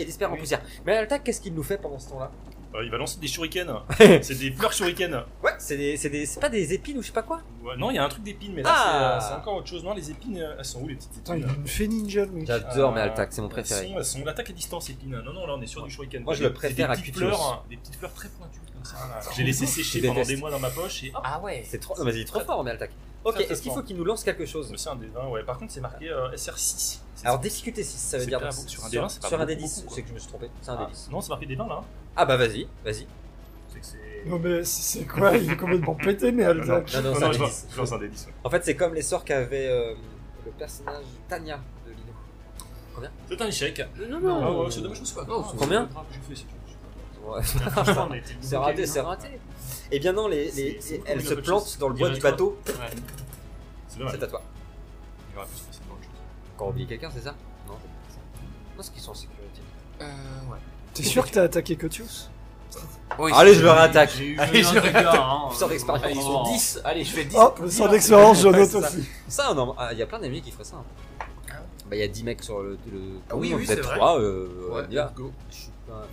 Speaker 1: Et disparaît en poussière. Mais Alta, qu'est-ce qu'il nous fait pendant ce temps-là
Speaker 6: Euh, il va lancer des shurikens. c'est des fleurs shurikens.
Speaker 1: Ouais, c'est des, c'est des- c'est pas des épines ou je sais pas quoi
Speaker 6: Ouais, non, il y a un truc d'épines, mais là, c'est,
Speaker 1: Ah.
Speaker 6: euh, c'est encore autre chose. Non, les épines, euh, elles sont où les petites
Speaker 2: Putain, il
Speaker 6: épines
Speaker 2: me fait ninja le mec.
Speaker 1: J'adore,
Speaker 6: Euh,
Speaker 1: mais Altac, c'est mon
Speaker 6: Elles
Speaker 1: préféré.
Speaker 6: sont, elles sont l'attaque à distance, épines. Non, non, là, on est sur du shuriken.
Speaker 1: Moi, je
Speaker 6: C'est
Speaker 1: le
Speaker 6: des-
Speaker 1: préfère
Speaker 6: c'est
Speaker 1: à
Speaker 6: des petites
Speaker 1: Cutios.
Speaker 6: fleurs, hein, des petites fleurs très pointues comme ça. J'ai laissé sécher
Speaker 1: Je
Speaker 6: pendant
Speaker 1: déteste.
Speaker 6: des mois dans ma poche et hop,
Speaker 5: Ah ouais.
Speaker 1: C'est trop, non, mais il est trop fort, mais Altac. Ok,
Speaker 6: Très, très
Speaker 1: est-ce qu'il faut
Speaker 6: fort.
Speaker 1: qu'il nous lance quelque chose
Speaker 6: c'est un des 20. Ouais, par contre, c'est marqué euh, SR6. C'est
Speaker 1: Alors,
Speaker 6: ça.
Speaker 1: difficulté 6, ça veut
Speaker 6: C'est
Speaker 1: dire.
Speaker 6: pas
Speaker 1: donc,
Speaker 6: beau- sur un
Speaker 1: sur-
Speaker 6: D20, c'est pas
Speaker 1: Sur un
Speaker 6: beaucoup,
Speaker 1: D10,
Speaker 6: beaucoup,
Speaker 1: c'est que je me suis trompé. C'est un
Speaker 6: Ah,
Speaker 1: D10.
Speaker 6: non, c'est marqué des 20 là. hein.
Speaker 1: Ah bah vas-y, vas-y.
Speaker 6: C'est que c'est.
Speaker 2: Non, mais c'est c'est quoi Il est complètement pété, mais Alta.
Speaker 1: Non, non,
Speaker 6: Non,
Speaker 1: c'est un
Speaker 6: non, je
Speaker 1: D10.
Speaker 6: lance- je lance un D10. ouais.
Speaker 1: En fait, c'est comme les sorts qu'avait euh, le personnage Tania de Lino.
Speaker 6: C'est un échec.
Speaker 5: Non,
Speaker 6: Ah ouais, c'est dommage, je me suis pas.
Speaker 5: Non,
Speaker 6: grave.
Speaker 5: c'est-
Speaker 1: Combien
Speaker 6: C'est pas grave, j'ai fait, c'est tout.
Speaker 1: Ouais,
Speaker 4: Franchement, on a été
Speaker 1: c'est
Speaker 4: bloqués,
Speaker 1: raté,
Speaker 4: hein.
Speaker 1: c'est raté. Eh bien non, les, les,
Speaker 4: C'est- c'est
Speaker 1: elles
Speaker 4: cool,
Speaker 1: se
Speaker 4: il y a pas de
Speaker 1: plantent
Speaker 4: chose.
Speaker 1: dans le
Speaker 4: Il
Speaker 1: bois
Speaker 4: y a
Speaker 1: du
Speaker 4: toi.
Speaker 1: bateau.
Speaker 6: C'est dommage.
Speaker 1: C'est à toi.
Speaker 6: Il aurait pu se passer autre chose.
Speaker 1: Quand on oublie quelqu'un, c'est ça Non, c'est pas ça. Non, ce qu'ils sont en sécurité.
Speaker 5: Euh, ouais.
Speaker 2: T'es sûr que t'as attaqué Kotius
Speaker 5: Oui,
Speaker 1: Allez,
Speaker 5: c'est-
Speaker 1: je le réattaque.
Speaker 4: J'ai eu
Speaker 5: Allez,
Speaker 4: un
Speaker 5: je
Speaker 4: dégât, hein.
Speaker 1: Sort d'expérience,
Speaker 5: Ah, ils sont 10. Allez, je fais 10.
Speaker 2: Hop, sans d'expérience, j'en
Speaker 1: hein. Ouais,
Speaker 2: note
Speaker 1: c'est ça.
Speaker 2: aussi.
Speaker 1: Ça, non, ah, il y a plein d'ennemis qui feraient ça. hein.
Speaker 5: Ah ouais.
Speaker 1: Bah, il y a 10 mecs sur le. le...
Speaker 5: Ah oui,
Speaker 1: on
Speaker 5: oui,
Speaker 1: peut être
Speaker 5: c'est vrai.
Speaker 1: 3, euh,
Speaker 5: Ouais,
Speaker 1: on y va.
Speaker 5: let's go.
Speaker 1: Je suis pas.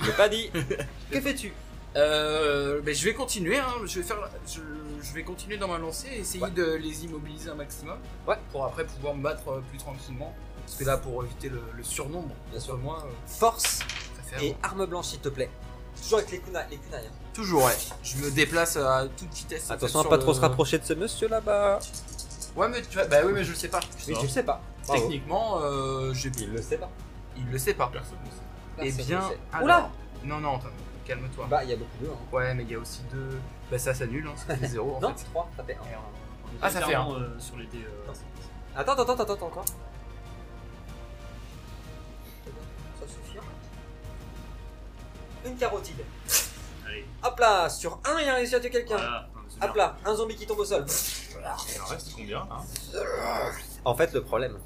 Speaker 1: Je l'ai pas dit. que fais-tu
Speaker 5: Euh, ben, je vais continuer, hein. je, vais faire, la- je, je vais continuer dans ma lancée et essayer
Speaker 1: Ouais.
Speaker 5: de les immobiliser un maximum
Speaker 1: Ouais.
Speaker 5: pour après pouvoir me battre euh, plus tranquillement. Parce que là, pour éviter le, le surnombre,
Speaker 1: Bien sûr.
Speaker 5: sur moi, euh,
Speaker 1: Force
Speaker 5: je préfère.
Speaker 1: et arme blanche, s'il te plaît. Toujours avec les kunai. Les kunai, hein.
Speaker 5: Toujours, ouais. Je me déplace à toute vitesse. en
Speaker 1: Attention
Speaker 5: fait,
Speaker 1: à
Speaker 5: sur
Speaker 1: pas trop
Speaker 5: le-
Speaker 1: se rapprocher de ce monsieur là-bas.
Speaker 5: Ouais, mais tu vois, bah oui, mais je le sais pas.
Speaker 1: Oui, tu le sais pas. Bravo.
Speaker 5: Techniquement, euh, j'ai
Speaker 1: Il le sait pas.
Speaker 5: Il le sait pas.
Speaker 6: Personne ne sait.
Speaker 5: Eh
Speaker 1: Personne
Speaker 5: bien.
Speaker 1: ne sait.
Speaker 5: alors-
Speaker 1: Oula
Speaker 5: Non, non, attends, calme-toi.
Speaker 1: Bah, il y a beaucoup de 1.
Speaker 5: Ouais, mais il y a aussi deux. Bah ça s'annule, hein, ça fait zéro en
Speaker 1: Non,
Speaker 5: fait.
Speaker 1: 3, ça fait 1.
Speaker 4: Et on- on
Speaker 5: Ah, ça
Speaker 4: était
Speaker 5: fait
Speaker 4: clairement, euh, sur les dés, euh,
Speaker 1: Non. Attends, attends, attends, attends, encore. Ça suffit. hein. Une carotide.
Speaker 4: Allez,
Speaker 1: Hop là, sur 1, il a réussi à tuer quelqu'un.
Speaker 4: voilà. Non, mais c'est
Speaker 1: Hop
Speaker 4: bien.
Speaker 1: là, un zombie qui tombe au sol.
Speaker 6: Il en reste combien hein
Speaker 1: En fait, le problème,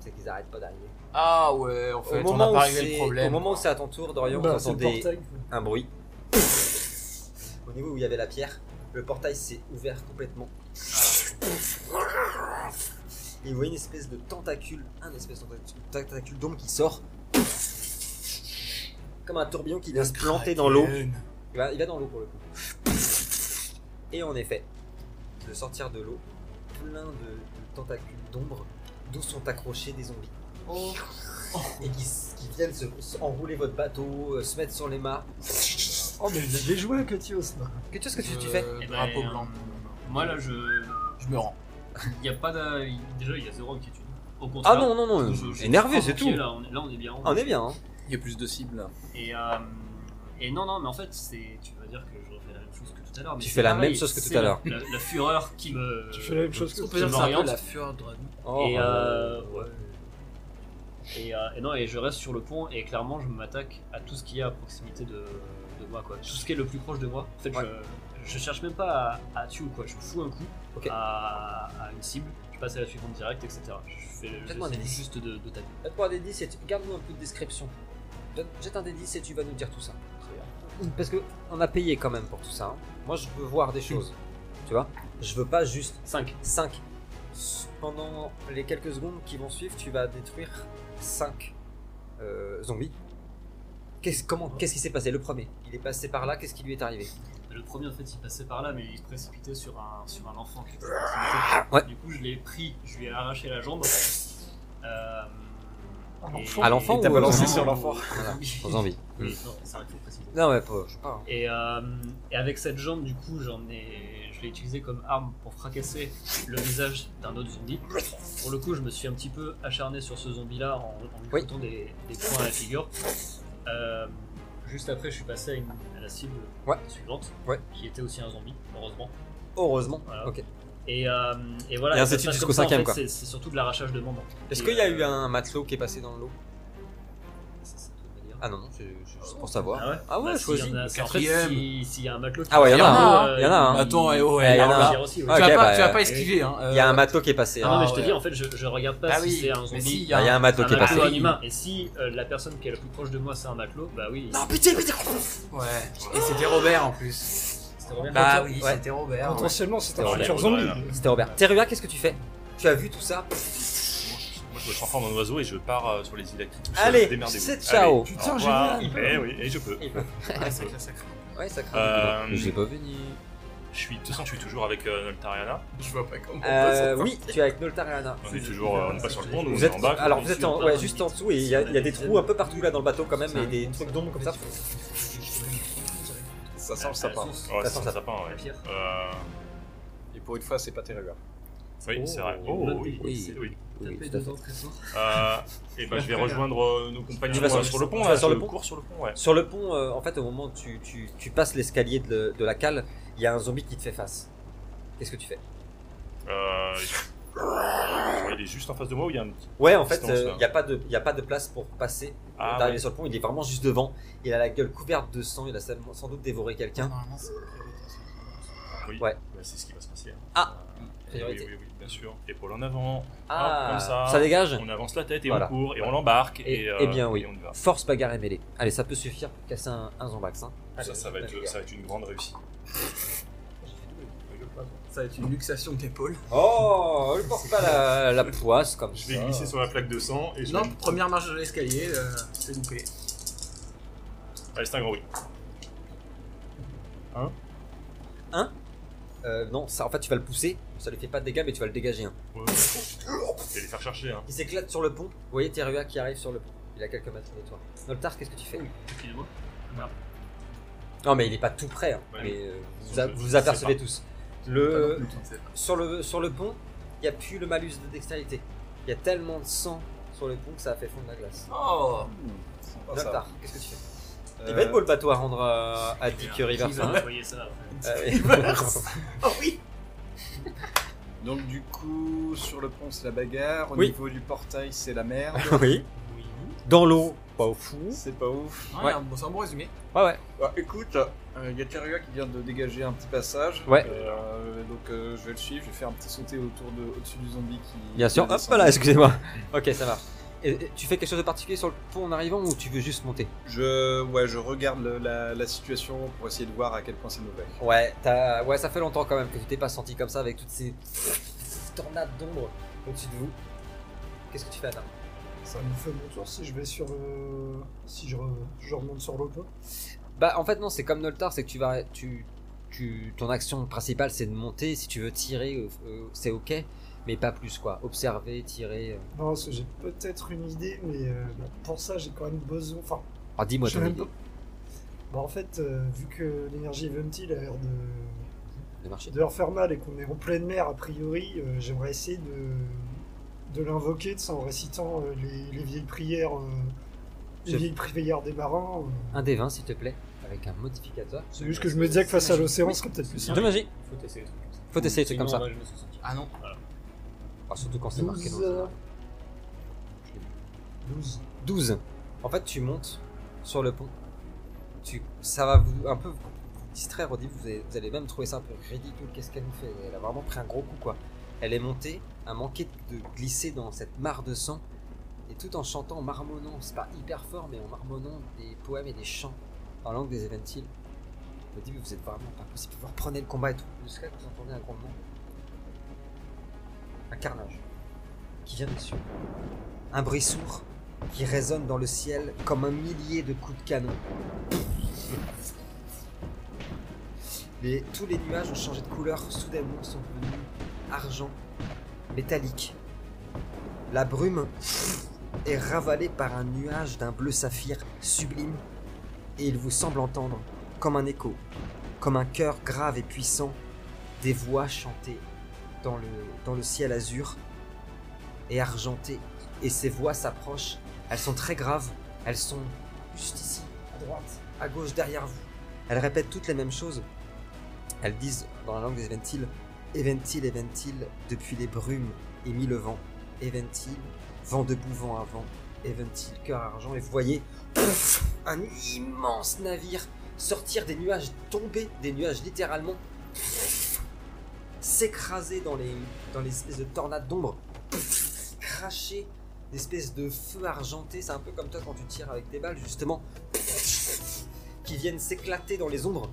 Speaker 1: c'est qu'ils arrêtent pas d'arriver.
Speaker 5: Ah ouais, en fait,
Speaker 1: Au
Speaker 5: on n'a
Speaker 1: moment,
Speaker 5: pas
Speaker 1: où
Speaker 5: réglé le
Speaker 1: c'est-
Speaker 5: problème.
Speaker 1: au moment où c'est à ton tour, Dorian,
Speaker 2: Bah,
Speaker 1: vous
Speaker 2: c'est le
Speaker 1: entendez
Speaker 2: portail.
Speaker 1: un bruit. Au niveau où il y avait la pierre, le portail s'est ouvert complètement. Et vous voyez une espèce de tentacule, un espèce de tentac- tentacule d'ombre qui sort. Comme un tourbillon qui vient se planter dans l'eau. Il va, il va dans l'eau pour le coup. Et en effet, de sortir de l'eau, plein de, de tentacules d'ombre d'où sont accrochés des zombies.
Speaker 4: Oh.
Speaker 1: Et qui, s- qui viennent se, s- enrouler votre bateau, euh, se mettre sur les mâts.
Speaker 2: Oh, mais vous avez joué à Catios là.
Speaker 1: Qu'est-ce que tu, tu fais
Speaker 5: Euh,
Speaker 4: Eh ben,
Speaker 5: Drapeau
Speaker 4: euh,
Speaker 5: blanc.
Speaker 4: Moi là, je.
Speaker 5: Je me rends.
Speaker 4: Il n'y a pas d'a- Déjà, il y a zéro inquiétude. Au contraire.
Speaker 1: Ah non, non, non,
Speaker 4: je- je-
Speaker 1: énervé,
Speaker 4: ah,
Speaker 1: c'est
Speaker 4: ok,
Speaker 1: tout.
Speaker 4: Là on, est, là, on est bien.
Speaker 1: On est bien, hein.
Speaker 5: Il y a plus de cibles.
Speaker 4: Et, euh, et non, non, mais en fait, c'est, tu vas dire que je refais la même chose que tout à l'heure. Mais
Speaker 1: Tu
Speaker 4: c'est
Speaker 1: fais la
Speaker 4: pareil,
Speaker 1: même chose que tout
Speaker 4: c'est
Speaker 1: à
Speaker 4: la-
Speaker 1: l'heure.
Speaker 4: La, la fureur qui me.
Speaker 2: Tu fais la même chose que
Speaker 5: On
Speaker 4: qui
Speaker 5: peut dire que c'est un peu
Speaker 4: m'oriente.
Speaker 5: la fureur de dragon.
Speaker 1: Oh,
Speaker 4: Et, euh,
Speaker 1: ouais.
Speaker 4: Et, euh, et non, et je reste sur le pont et clairement, je m'attaque à tout ce qu'il y a à proximité de, de moi, quoi. Tout ce qui est le plus proche de moi. En fait,
Speaker 5: Ouais.
Speaker 4: je, je cherche même pas à, à tuer ou quoi. Je fous un coup
Speaker 1: Ok.
Speaker 4: à, à une cible. Je passe à la suivante directe, etc. Je fais
Speaker 1: Faites-moi un
Speaker 4: j'essaie
Speaker 1: indice.
Speaker 4: juste de, de taper.
Speaker 1: Donne-moi un des 10 et tu- garde-nous un peu de description. Donne- Jette un des 10 et tu vas nous dire tout ça. Parce que on a payé quand même pour tout ça. hein. Moi, je veux voir
Speaker 4: Mm.
Speaker 1: des choses. Tu vois Je veux pas juste
Speaker 4: 5.
Speaker 1: 5. Pendant les quelques secondes qui vont suivre, tu vas détruire 5 zombies. Qu'est-ce comment- qu'est-ce qui s'est passé Le premier, il est passé par là, qu'est-ce qui lui est arrivé
Speaker 4: Le premier, en fait, il passait par là, mais il se précipitait sur un, sur un enfant qui était à proximité.
Speaker 1: Ouais.
Speaker 4: Du coup, je l'ai pris, je lui ai arraché la jambe. Euh, et-
Speaker 1: À l'enfant
Speaker 4: et
Speaker 1: ou
Speaker 4: t'as
Speaker 1: aux
Speaker 4: balancé
Speaker 1: zombies
Speaker 4: sur l'enfant
Speaker 1: Voilà, aux zombies. Mm.
Speaker 4: Oui, non, c'est vrai qu'il faut préciser.
Speaker 1: Non, mais faut- je sais pas. hein.
Speaker 4: Et, euh, et avec cette jambe, du coup, j'en ai, je l'ai utilisée comme arme pour fracasser le visage d'un autre zombie. Pour le coup, je me suis un petit peu acharné sur ce zombie-là en, en lui
Speaker 1: Oui.
Speaker 4: foutant des, des points à la figure. Euh, juste après, je suis passé à, une- à la cible
Speaker 1: Ouais.
Speaker 4: suivante,
Speaker 1: Ouais.
Speaker 4: qui était aussi un zombie, heureusement.
Speaker 1: Heureusement.
Speaker 4: Voilà.
Speaker 1: Ok.
Speaker 4: Et, euh, et voilà.
Speaker 1: Et ainsi
Speaker 4: ça
Speaker 1: de suite
Speaker 4: se passe
Speaker 1: jusqu'au
Speaker 4: comme ça, en
Speaker 1: cinquième,
Speaker 4: fait,
Speaker 1: quoi.
Speaker 4: C'est c'est surtout de l'arrachage de membres.
Speaker 1: Est-ce
Speaker 4: Et,
Speaker 1: qu'il y a
Speaker 4: euh,
Speaker 1: eu un matelot qui est passé dans l'eau
Speaker 4: ça, ça peut pas dire.
Speaker 1: Ah non, non, c'est c'est pour savoir.
Speaker 4: Ah ouais,
Speaker 1: Ah ouais,
Speaker 4: Bah,
Speaker 1: choisis.
Speaker 4: s'il y en a-
Speaker 5: Le
Speaker 4: en fait,
Speaker 5: quatrième.
Speaker 4: si- s'il y a un matelot qui
Speaker 1: Ah ouais,
Speaker 5: il y en a un,
Speaker 4: euh,
Speaker 1: il y en a un.
Speaker 5: Attends, eh oh, eh,
Speaker 1: Eh, il y en
Speaker 5: alors
Speaker 1: a
Speaker 5: là.
Speaker 1: un.
Speaker 4: aussi, ouais.
Speaker 1: Ah,
Speaker 5: tu,
Speaker 1: ok,
Speaker 5: vas pas,
Speaker 1: bah,
Speaker 5: tu vas
Speaker 1: euh,
Speaker 5: pas esquiver. Hein.
Speaker 1: Il y a un
Speaker 5: euh,
Speaker 1: matelot qui est passé.
Speaker 4: Ah non, mais je te
Speaker 5: ouais.
Speaker 4: dis, en fait, je, je regarde pas
Speaker 5: Ah
Speaker 4: si
Speaker 5: oui,
Speaker 4: c'est un
Speaker 5: mais
Speaker 4: zombie.
Speaker 5: si, il y
Speaker 1: Ah, Il y a un matelot qui est
Speaker 4: un matelot,
Speaker 1: passé.
Speaker 4: un humain. Et si euh, la personne qui est la plus proche de moi c'est un matelot, bah oui.
Speaker 5: Non, pitié, pitié Ouais, et c'était Robert en plus.
Speaker 4: C'était Robert.
Speaker 5: Bah oui,
Speaker 1: Ah, Ouais.
Speaker 5: c'était Robert. ouais.
Speaker 2: Potentiellement, c'est
Speaker 1: C'est
Speaker 2: un
Speaker 1: vrai.
Speaker 2: futur zombie.
Speaker 1: C'était Robert. Terua, qu'est-ce que tu fais Tu as vu tout ça
Speaker 6: Moi, je me transforme en oiseau et je pars euh, sur les îles actives.
Speaker 1: Allez,
Speaker 6: démerdez-vous.
Speaker 1: c'est ciao.
Speaker 6: Allez, au
Speaker 2: Putain,
Speaker 6: revoir.
Speaker 2: génial.
Speaker 6: Eh oui, et je peux. Ah,
Speaker 5: Ouais, c'est clair, c'est clair.
Speaker 1: Ouais, ça craint.
Speaker 6: Euh,
Speaker 1: J'ai pas venu.
Speaker 6: Je suis, de toute façon, je suis toujours avec euh, Noltariana.
Speaker 5: Je vois pas comment.
Speaker 1: Euh, oui, tu es avec Noltar et Anna.
Speaker 6: On est toujours, euh, on est pas sur le pont, nous,
Speaker 1: Vous
Speaker 6: on est
Speaker 1: êtes,
Speaker 6: en bas. quoi.
Speaker 1: alors vous êtes en, ouais, juste en dessous et il y, a- il y a des
Speaker 4: C'est
Speaker 1: trous un peu partout là dans le bateau quand même et des trucs d'ombre comme ça.
Speaker 7: Ça
Speaker 3: Ah,
Speaker 4: sent le sapin.
Speaker 6: Ouais,
Speaker 1: ça
Speaker 6: ça
Speaker 1: sent
Speaker 6: sent
Speaker 1: ça.
Speaker 6: le sapin, ouais.
Speaker 4: Pierre.
Speaker 6: Euh,
Speaker 7: Et pour une fois, c'est pas terrible.
Speaker 6: oui, c'est vrai.
Speaker 4: Oh,
Speaker 6: Oh, oui.
Speaker 1: oui.
Speaker 6: c'est- oui.
Speaker 1: Oui,
Speaker 4: Tapez
Speaker 1: tout à
Speaker 4: deux
Speaker 1: fait.
Speaker 4: ans très fort.
Speaker 6: Euh, et ben, je vais rejoindre euh, nos compagnons
Speaker 1: Tu vas sur-
Speaker 6: euh, sur le pont.
Speaker 1: tu
Speaker 6: là,
Speaker 1: vas sur
Speaker 6: je
Speaker 1: le pont
Speaker 6: cours sur le pont, ouais.
Speaker 1: Sur le pont, euh, en fait, au moment où tu, tu- tu passes l'escalier de, de la cale, il y a un zombie qui te fait face. Qu'est-ce que tu fais
Speaker 6: Euh, je- il est juste en face de moi ou il y a un petit.
Speaker 1: Ouais, en fait,
Speaker 6: Distance,
Speaker 1: euh,
Speaker 6: hein.
Speaker 1: il n'y a, pas de- il y a pas de place pour passer,
Speaker 6: Ah,
Speaker 1: d'arriver
Speaker 6: ouais.
Speaker 1: sur le pont. Il est vraiment juste devant. Il a la gueule couverte de sang. Il a certainement- sans doute dévoré quelqu'un.
Speaker 5: Normalement, c'est-
Speaker 6: Oui.
Speaker 1: Ouais.
Speaker 6: Bah, c'est ce qui va se passer. hein.
Speaker 1: Ah,
Speaker 6: Euh,
Speaker 1: priorité.
Speaker 6: Oui, oui, oui, bien sûr. Épaule en avant.
Speaker 1: Ah,
Speaker 6: comme ça.
Speaker 1: dégage
Speaker 6: On avance la tête et
Speaker 1: Voilà.
Speaker 6: on court et on l'embarque.
Speaker 1: Et-
Speaker 6: Et, euh,
Speaker 1: eh bien, oui.
Speaker 6: et on y va.
Speaker 1: Force bagarre et mêlée. Allez, ça peut suffire pour casser un, un Zombax. Hein.
Speaker 6: Ça, ça va, être, ça va être une grande réussite.
Speaker 5: ça va être une luxation d'épaule.
Speaker 1: Oh, elle porte pas la, la poisse comme
Speaker 6: Je vais glisser sur la plaque de sang et je vais.
Speaker 5: Non, première marche de l'escalier, euh, c'est loupé.
Speaker 6: Allez, c'est un gros oui.
Speaker 1: Euh, non, ça, en fait, tu vas le pousser. Ça lui fait pas de dégâts, mais tu vas le dégager. hein.
Speaker 6: Ouais, ouais. Je vais les faire chercher. Hein.
Speaker 1: Il s'éclate sur le pont. Vous voyez Terua qui arrive sur le pont. Il a quelques mètres de toi. Noltar, qu'est-ce que tu fais
Speaker 4: Excusez-moi.
Speaker 1: Non, mais il n'est pas tout près. hein.
Speaker 6: Ouais.
Speaker 1: mais euh, vous,
Speaker 6: Je-
Speaker 1: a-
Speaker 6: je
Speaker 1: vous
Speaker 6: sais
Speaker 1: apercevez
Speaker 6: pas.
Speaker 1: tous.
Speaker 5: Pas non
Speaker 1: Le,
Speaker 5: plus, tu ne sais pas.
Speaker 1: sur, le, sur le pont, il n'y a plus le malus de dextérité. Il y a tellement de sang sur le pont que ça a fait fondre la glace.
Speaker 5: Oh
Speaker 1: Hmm. Noltar, qu'est-ce que tu fais Il va être beau le bateau à rendre euh, à, à Dick hein. Euh, River.
Speaker 4: Ah, Vous voyez ça.
Speaker 5: Oh oui
Speaker 3: Euh,
Speaker 7: Donc du coup, sur le pont, c'est la bagarre. Au
Speaker 1: Oui.
Speaker 7: niveau du portail, c'est la merde.
Speaker 1: oui.
Speaker 5: Oui.
Speaker 1: Dans l'eau, pas au fou.
Speaker 7: c'est pas ouf.
Speaker 5: Ah, merde, bon, c'est un bon résumé.
Speaker 1: Ouais, ouais.
Speaker 7: Bah, écoute, il y a Terua qui vient de dégager un petit passage.
Speaker 1: Ouais.
Speaker 7: Euh, donc euh, je vais le suivre. Je vais faire un petit sauté autour de, au-dessus du zombie qui.
Speaker 1: Bien sûr.
Speaker 7: qui
Speaker 1: Hop
Speaker 7: descend.
Speaker 1: là, excusez-moi. ok, ça marche. Et- et tu fais quelque chose de particulier sur le pont en arrivant ou tu veux juste monter
Speaker 7: Je, ouais, je regarde le- la, la situation pour essayer de voir à quel point c'est mauvais.
Speaker 1: Ouais, t'as- ouais, ça fait longtemps quand même que tu t'es pas senti comme ça avec toutes ces tornades d'ombre au-dessus de vous. Qu'est-ce que tu fais, Adam
Speaker 2: Ça me fait mon tour si je vais sur le. Si je, re- je remonte sur le pont.
Speaker 1: Bah, en fait, non, c'est comme Noltar, c'est que tu vas. Tu, tu, ton action principale, c'est de monter. Si tu veux tirer, euh, euh, c'est ok, mais pas plus quoi. Observer, tirer. euh.
Speaker 2: Non, parce que j'ai peut-être une idée, mais euh, bah, pour ça, j'ai quand même besoin. Enfin,
Speaker 1: Alors, dis-moi
Speaker 2: je sais
Speaker 1: ton
Speaker 2: même
Speaker 1: idée
Speaker 2: pas. Bah, en fait, euh, vu que l'énergie Eventil a l'air de.
Speaker 1: de marcher.
Speaker 2: de leur faire mal et qu'on est en pleine mer a priori, euh, j'aimerais essayer de, de l'invoquer tu sais, en récitant euh, les, les vieilles prières, euh, les
Speaker 1: C'est-
Speaker 2: vieilles prières des marins. euh.
Speaker 1: Un des 20, s'il te plaît, avec un modificateur.
Speaker 2: C'est juste que je me disais que face à l'océan, ce serait peut-être plus
Speaker 4: Oui.
Speaker 2: simple.
Speaker 1: De magie
Speaker 4: Faut tester des trucs comme ça.
Speaker 1: Faut tester des trucs comme
Speaker 4: Sinon,
Speaker 1: ça.
Speaker 4: ouais, je me suis senti.
Speaker 5: Ah non,
Speaker 1: Enfin, surtout quand c'est marqué dans
Speaker 2: 12,
Speaker 1: le
Speaker 2: euh,
Speaker 1: scénario. 12. En fait, tu montes sur le pont. Tu, ça va vous un peu vous distraire au début. Vous allez, vous allez même trouver ça un peu ridicule. Qu'est-ce qu'elle nous fait Elle a vraiment pris un gros coup, quoi. Elle est montée, a manqué de glisser dans cette mare de sang, et tout en chantant, en marmonnant, c'est pas hyper fort, mais en marmonnant des poèmes et des chants en langue des Eventils. Au début, vous êtes vraiment pas possible. Vous reprenez le combat et tout. Jusqu'à ce que vous entendez un grondement. Un carnage qui vient des cieux. Un bruit sourd qui résonne dans le ciel comme un millier de coups de canon. Les- tous les nuages ont changé de couleur, soudainement sont devenus argent, métallique. La brume est ravalée par un nuage d'un bleu saphir sublime, et il vous semble entendre, comme un écho, comme un cœur grave et puissant, des voix chantées dans le, dans le ciel azur et argenté. Et ces voix s'approchent. Elles sont très graves. Elles sont juste ici, à droite, à gauche, derrière vous. Elles répètent toutes les mêmes choses. Elles disent dans la langue des Eventil Eventil, Eventil, depuis les brumes et mis le vent. Eventil, vent debout, vent avant. Eventil, cœur argent. Et vous voyez pouf, un immense navire sortir des nuages, tomber des nuages littéralement, pouf, s'écraser dans les, dans les espèces de tornades d'ombre cracher d'espèces de feu argenté, c'est un peu comme toi quand tu tires avec des balles justement, qui viennent s'éclater dans les ombres,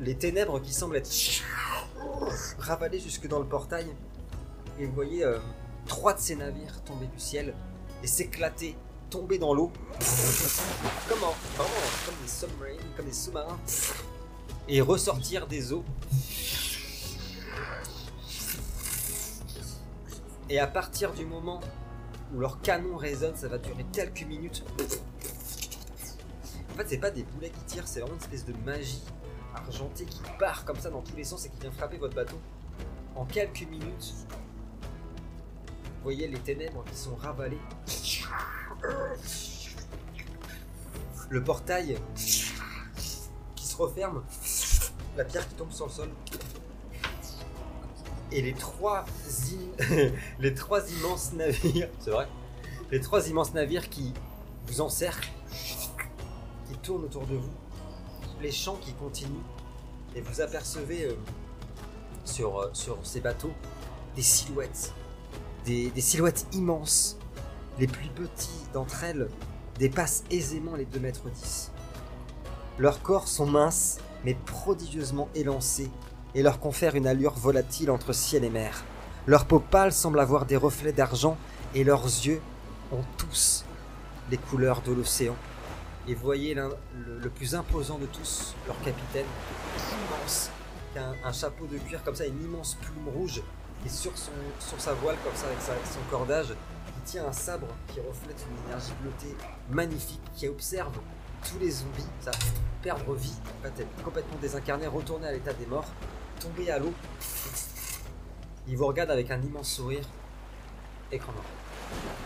Speaker 1: les ténèbres qui semblent être ravalées jusque dans le portail, et vous voyez euh, trois de ces navires tomber du ciel et s'éclater, tomber dans l'eau, comme, en- vraiment, comme des submarines, comme des sous-marins, et ressortir des eaux Et à partir du moment où leur canon résonne, ça va durer quelques minutes. En fait, c'est pas des boulets qui tirent, c'est vraiment une espèce de magie argentée qui part comme ça dans tous les sens et qui vient frapper votre bateau. En quelques minutes, vous voyez les ténèbres qui sont ravalées. Le portail qui se referme, la pierre qui tombe sur le sol. Et les trois im- les trois immenses navires, c'est vrai, les trois immenses navires qui vous encerclent, qui tournent autour de vous, les chants qui continuent, et vous apercevez euh, sur, euh, sur ces bateaux des silhouettes, des, des silhouettes immenses, les plus petits d'entre elles dépassent aisément les 2 mètres 10. Leurs corps sont minces, mais prodigieusement élancés, et leur confèrent une allure volatile entre ciel et mer. Leurs peaux pâles semblent avoir des reflets d'argent et leurs yeux ont tous les couleurs de l'océan. Et voyez l'un- le, le plus imposant de tous, leur capitaine, immense, qui a un, un chapeau de cuir comme ça, une immense plume rouge, et sur, son, sur sa voile comme ça, avec sa- son cordage, il tient un sabre qui reflète une énergie bleutée magnifique, qui observe tous les zombies, ça, perdre vie, en fait, être complètement désincarné, retourner à l'état des morts, tomber à l'eau, il vous regarde avec un immense sourire, écran noir.